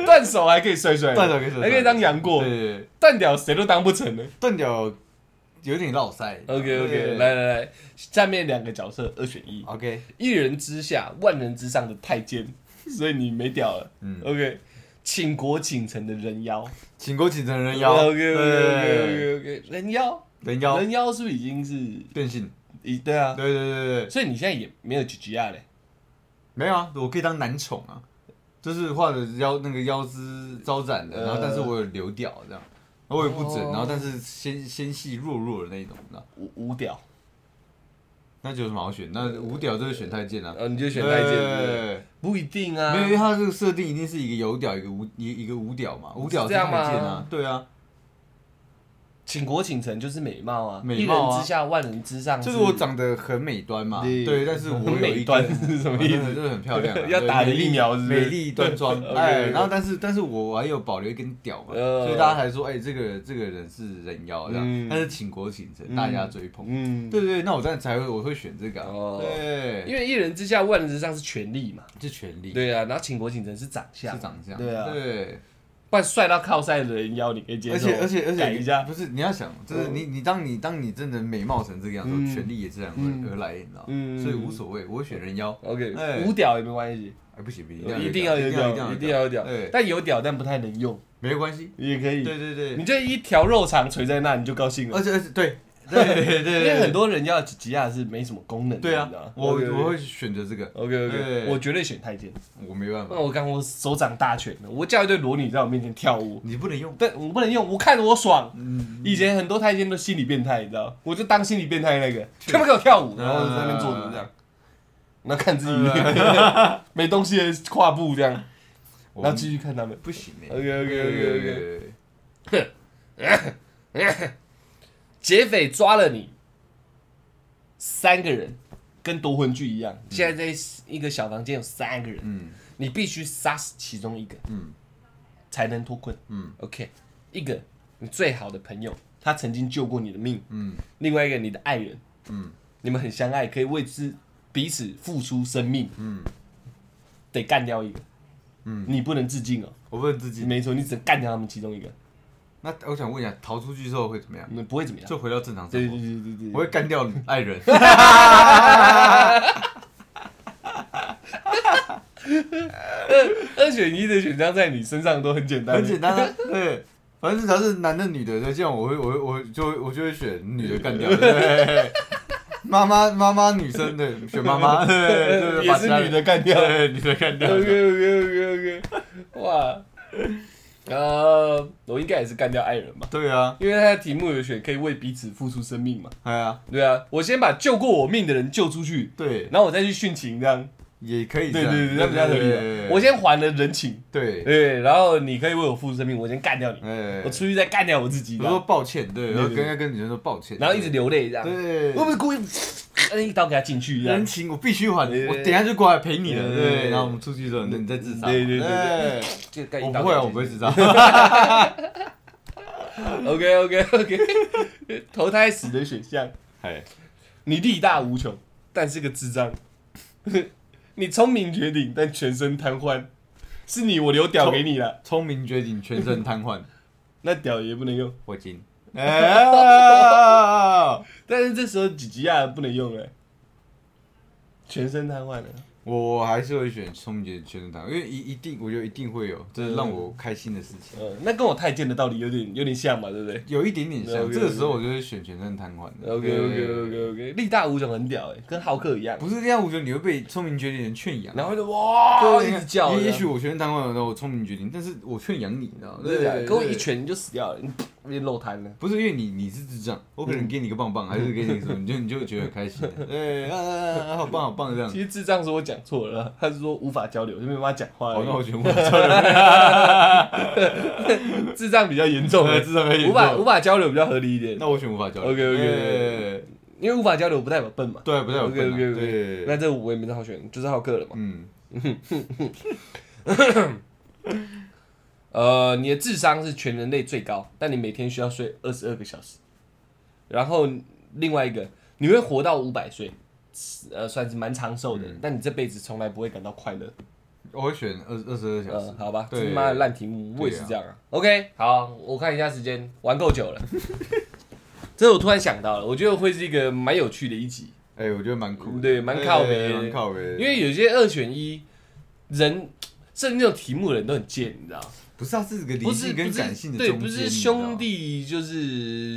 S1: 断手还可以甩甩，
S2: 断手可以甩甩
S1: 还可以当杨过
S2: 对。对对，
S1: 断屌谁都当不成的。
S2: 断掉有点绕塞。
S1: OK OK，
S2: 对
S1: 来来来，下面两个角色二选一，
S2: ，OK，
S1: 一人之下，万人之上的太监，所以你没屌了。
S2: 嗯
S1: OK，倾国倾城的人妖。
S2: 请勾起成人妖
S1: OK OK
S2: 对
S1: OK OK，人妖，
S2: 人妖
S1: 人妖是不是已经是
S2: 变性，
S1: 一对啊
S2: 对？对对对对，
S1: 所以你现在也没有吉吉亚嘞。
S2: 没有啊，我可以当男宠啊，就是画的腰那个腰肢招展的，然后但是我有流掉这样，然后我也不整，
S1: 哦
S2: 然后但是纤纤细弱弱的那一种，你知道。
S1: 无无屌，
S2: 那就有什么好选？那五屌就是选太监啊，
S1: 呃，你就选太监，对不对
S2: 对
S1: 不一定啊。
S2: 没有，因为它这个设定一定是一个有屌，一个无一一个无屌嘛，无屌
S1: 这
S2: 是
S1: 样
S2: 太
S1: 吗
S2: 监啊，对啊，
S1: 倾国倾城就是美貌啊，
S2: 美貌啊
S1: 一人之下，万人之上。
S2: 就是我长得很美端嘛，
S1: 对
S2: 对，但是我
S1: 很
S2: 有
S1: 美
S2: 一
S1: 端
S2: 端
S1: 是什么意思，
S2: 就是很漂亮啊
S1: 要打
S2: 对
S1: 的疫苗是不是，
S2: 美丽端庄
S1: OK，OK
S2: 哎，然后但是但是我还有保留一根屌嘛，
S1: 呃
S2: 所以大家才说，哎，这个这个人是人妖这
S1: 嗯
S2: 样，但是倾国倾城，
S1: 嗯
S2: 大家追捧，
S1: 嗯，
S2: 对对，那我这样才会我会选这个
S1: 哦
S2: 啊，对，
S1: 因为一人之下，万人之上是权力嘛。
S2: 这权力
S1: 对啊，然后倾国倾城是长相，
S2: 是长相，
S1: 对啊
S2: 对。
S1: 不然帅到靠晒的人妖你可以接
S2: 而
S1: 受，
S2: 且而且而
S1: 改
S2: 且，
S1: 一下，
S2: 不是你要想，就是你你当你当你真的美貌成这个样子，权力也自然
S1: 嗯
S2: 而而来，你知道吗，
S1: 嗯
S2: 所以无所谓，我选人妖，
S1: OK，、
S2: 哎
S1: 无屌也没关系，
S2: 哎，不行不行，
S1: 一定
S2: 定
S1: 要
S2: 有
S1: 有
S2: 屌一
S1: 屌，一定
S2: 定
S1: 要
S2: 要
S1: 有
S2: 有
S1: 屌
S2: 屌，对，
S1: 但有屌但不太能用，
S2: 没关系，
S1: 也可以，
S2: 对对对，
S1: 你就一条肉肠垂在那你就高兴了
S2: 而，且而且对对对对
S1: 因
S2: 对，
S1: 为很多人要吉吉亚是没什么功能的，
S2: 对
S1: 你
S2: 啊
S1: 知道吗，
S2: 我
S1: OK，OK
S2: 我会选择这个，
S1: OK OK，
S2: 对
S1: 我绝对选太监。
S2: 我没办
S1: 那
S2: 法，
S1: 我刚我手掌大权的，我叫一堆裸女在我面前跳舞，
S2: 你不能用，
S1: 但我不能用，我看着我爽。
S2: 嗯
S1: 以前很多太监都心理变态，你知道，我就当心理变态那个，他们给我跳
S2: 啊
S1: 舞，然后在那边坐着这样，然后看自己 没东西的跨步这样，
S2: 啊我
S1: 然后继续看他们。
S2: 不行哎
S1: OK，OK，OK，OK
S2: 对对对
S1: 劫匪抓了你，三个人跟夺魂锯一样，现在在一个小房间有三个人，
S2: 嗯
S1: 你必须杀死其中一个，
S2: 嗯
S1: 才能脱困。
S2: 嗯
S1: OK，一个你最好的朋友，他曾经救过你的命；
S2: 嗯
S1: 另外一个你的爱人，
S2: 嗯
S1: 你们很相爱，可以为之彼此付出生命，
S2: 嗯，
S1: 得干掉一个。
S2: 嗯，
S1: 你不能自尽哦，
S2: 我问自己，
S1: 没错，你只能干掉他们其中一个，
S2: 那我想问一下，逃出去之后会怎么样？
S1: 你不会怎么样。
S2: 就回到正常
S1: 嗯对
S2: 生
S1: 对
S2: 活，
S1: 对对
S2: 我
S1: 对，
S2: 会干掉爱人。
S1: 二选一的选项在你身上都很简单，
S2: 很 简单啊，对，反正只要是男的女的，对，这样我会我会我会就会我就会选女的干掉，对，妈妈妈妈女生的选 妈妈，对对对，
S1: 也是女的干掉。
S2: 把其他人，对女的干掉
S1: OK，OK OK OK，哇，呃，我应该也是干掉爱人吧，
S2: 对啊，
S1: 因为他的题目有选可以为彼此付出生命嘛。
S2: 哎呀，
S1: 对啊，我先把救过我命的人救出去，
S2: 对，
S1: 然后我再去殉情，这样。
S2: 也可以这
S1: 对
S2: 样，
S1: 对对，这样比较合理
S2: 啊对对
S1: 啊。
S2: 对
S1: 我先还了人情，
S2: 对，
S1: 对，然后你可以为我付出生命，我先干掉你，
S2: 哎，
S1: 我出去再干掉我自己，
S2: 我
S1: 这
S2: 说
S1: 样
S2: 抱歉，对，然后
S1: 对对
S2: 跟要跟女生说抱歉，
S1: 然后一直流泪这样。
S2: 对，
S1: 我不是故意，嗯一刀给他进去这样
S2: 人。情我必须还，
S1: 对对
S2: 我等一下就过来陪你了，
S1: 对对对
S2: 对，然后我们出去之后，那你再自杀，
S1: 对对对对
S2: 对，
S1: 就干
S2: 我
S1: 一刀
S2: 不
S1: 给
S2: 会
S1: 他
S2: 啊，
S1: 进去
S2: 我不会自杀，
S1: OK OK OK，投 胎死的选项，
S2: 哎，
S1: 你力大无穷，但是个智障；你聪明绝顶，但全身瘫痪。是你，我留屌给你了，
S2: 聪明绝顶，全身瘫痪，
S1: 那屌也不能用。
S2: 我金。哎，
S1: 但是这时候几吉亚不能用了，全身瘫痪了。
S2: 我我还是会选聪明姐全身糖，因为一一定，我觉得一定会有，这是让我开心的事情。
S1: 嗯，那跟我太监的道理有点有点像嘛，对不对
S2: 有一点点像，
S1: OK，OK
S2: 这个时候我就会选全身瘫痪的。
S1: ？OK
S2: 对
S1: OK OK OK，力大无穷很屌哎、跟浩克一样。
S2: 不是这样，我觉得你会被聪明绝顶人圈养。啊
S1: 然后就哇
S2: 对
S1: 一直叫，
S2: 也也许我全身瘫痪，然后我聪明绝顶，但是我劝养你，你知道吗？
S1: 对对，给我一
S2: 拳。
S1: 拳你就死掉了，你变肉瘫了。
S2: 不是因为你你是智
S1: 嗯
S2: 障，我可能给你一个棒棒，还是给你什么，你就你就会觉得很开心， 哎啊啊啊，好棒好棒这样。
S1: 其实智障说我讲错了， 他是说无法交流，就没办法讲话
S2: 好，那
S1: 而
S2: 我全部交流，
S1: 已。智障比较严重，
S2: 智障没
S1: 无法无
S2: 法，
S1: 法交流比较合理一点，
S2: 那我选无法交流。
S1: OK，OK，OK，OK 因为无法交流不代表笨嘛。
S2: 对，不太有
S1: OK
S2: 分
S1: OK
S2: 啊
S1: OK，
S2: 对，
S1: 那这我也没得好选，就是浩克了嘛。
S2: 嗯，
S1: 呃，你的智商是全人类最高，但你每天需要睡二十二个小时。然后另外一个，你会活到五百岁，呃，算是蛮长寿的，
S2: 嗯
S1: 但你这辈子从来不会感到快乐。
S2: 我会选二二十二小时
S1: 呃，。好吧，这
S2: 对
S1: 他妈的烂题目，我也是这样啊。OK，好，我看一下时间，玩够久了。 这我突然想到了，我觉得会是一个蛮有趣的一集，
S2: 哎，我觉得蛮酷的，
S1: 对，蛮靠北
S2: 哎
S1: 的
S2: 蛮，靠北的。
S1: 因为有些二选一，人甚至那种题目的人都很贱，你知道吗？
S2: 不是啊，这是个理
S1: 不是
S2: 性跟
S1: 不
S2: 感性
S1: 是
S2: 的
S1: 对，
S2: 中间，
S1: 不是
S2: 你知道吗
S1: 兄，弟就是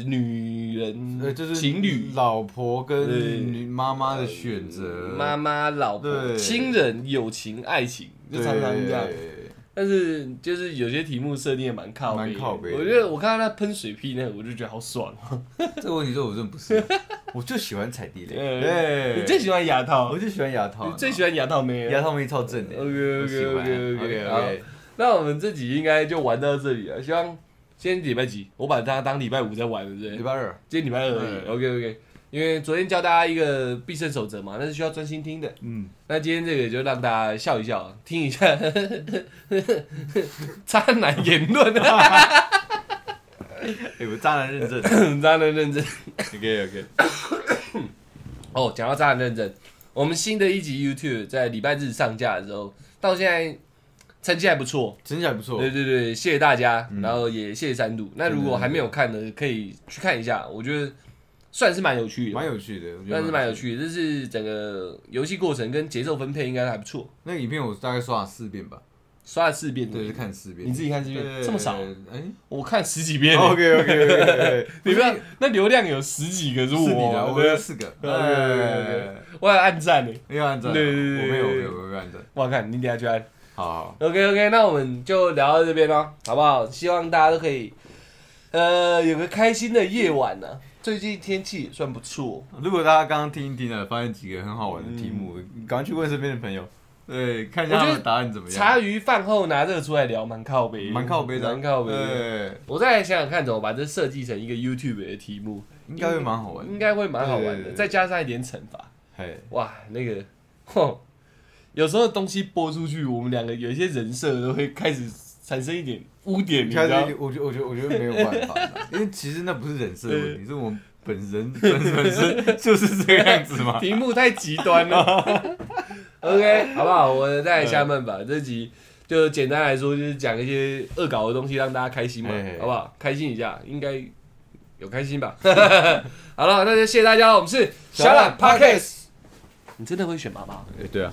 S1: 女
S2: 呃，
S1: 人，
S2: 就是
S1: 情侣、
S2: 老婆跟
S1: 对
S2: 女妈妈的选择，
S1: 妈妈、老婆、
S2: 对
S1: 亲人、友情、爱情，就
S2: 对
S1: 常常这样。但是就是有些题目设定也蛮靠
S2: 蛮
S1: 北的
S2: 靠北的
S1: 我觉得我看到他喷水屁那个，我就觉得好爽。
S2: 这个问题是我真的 不是，我就喜欢踩地雷，
S1: 对
S2: 对
S1: 你最喜欢牙套
S2: 我，就喜欢牙套，
S1: 你最喜
S2: 欢
S1: 欢牙套妹
S2: 牙
S1: 啊。
S2: 套妹超正的
S1: OK，OK，OK，OK，OK，
S2: OK
S1: 那我们这集应该就玩到这里了，啊希望今天礼拜几，我把它当礼拜五在玩，对不对
S2: 礼？拜二
S1: 今天礼拜二而已。
S2: 嗯
S1: OK OK，因为昨天教大家一个必胜守则嘛，那是需要专心听的。
S2: 嗯，
S1: 那今天这个就让大家笑一笑，听一下 渣男言论，啊
S2: 哎，我渣男认 证
S1: 渣男认真。
S2: OK OK，
S1: 哦，讲到渣男认真，我们新的一集 YouTube 在礼拜日上架的时候，到现在成绩还不错。
S2: 整体还不错，嗯
S1: 对对对，谢谢大家，然后也谢谢三度。那如果还没有看的，可以去看一下，我觉得算是蛮有趣的，
S2: 蛮有趣的，我觉得
S1: 算是蛮有。趣的。这是整个游戏过程跟节奏分配应该还不错，
S2: 那个影片我大概刷了四遍吧，
S1: 刷了四遍，
S2: 对，就，看四遍。
S1: 你自己看四遍
S2: 对哦
S1: 这么少
S2: 哎
S1: 我看十几遍，
S2: ，OK OK OK，
S1: 你不要，那流量有十几个是
S2: 是你的，
S1: 我，
S2: 我有，四个，
S1: 对对
S2: 哎
S1: 我还暗赞呢，
S2: 没有按照，我
S1: 对对对
S2: 没有我
S1: 对对
S2: 没有我没有按照，
S1: 我看你等下去按。
S2: 好好，
S1: OK OK，那我们就聊到这边咯，好不好？希望大家都可以，呃，有个开心的夜晚呢、最近天气也算不错，
S2: 如果大家刚刚听一听呢，发现几个很好玩的题目，赶快去问身边的朋友，对，看一下
S1: 嗯我觉
S2: 他
S1: 得
S2: 们的答案怎么样。
S1: 茶余饭后拿这个出来聊，蛮靠北的，
S2: 蛮靠背的，
S1: 蛮靠北的。
S2: 对，
S1: 我再来想想看，怎么把这设计成一个 YouTube 的题目，
S2: 应该会蛮好玩的。
S1: 应该会蛮好玩
S2: 嗯对
S1: 的。
S2: 对对
S1: 再加上一点惩罚，
S2: 嘿，
S1: 哇，那个， 哼，有时候东西播出去，我们两个有一些人设都会开始产生一点污点，你知
S2: 开
S1: 道
S2: 始，我觉得我觉得我觉得没有办法 啦，因为其实那不是人设的问题，是我们本人本本身就是这个样子嘛。
S1: 题目太极端了。OK，好不好？我再来下闷吧。这集就简单来说，就是讲一些恶搞的东西，让大家开心嘛
S2: 嘿嘿，
S1: 好不好？开心一下，应该有开心 吧。好了，那就谢谢大家了。我们是小懒 Podcast，你真的会选妈妈？
S2: 哎，对啊。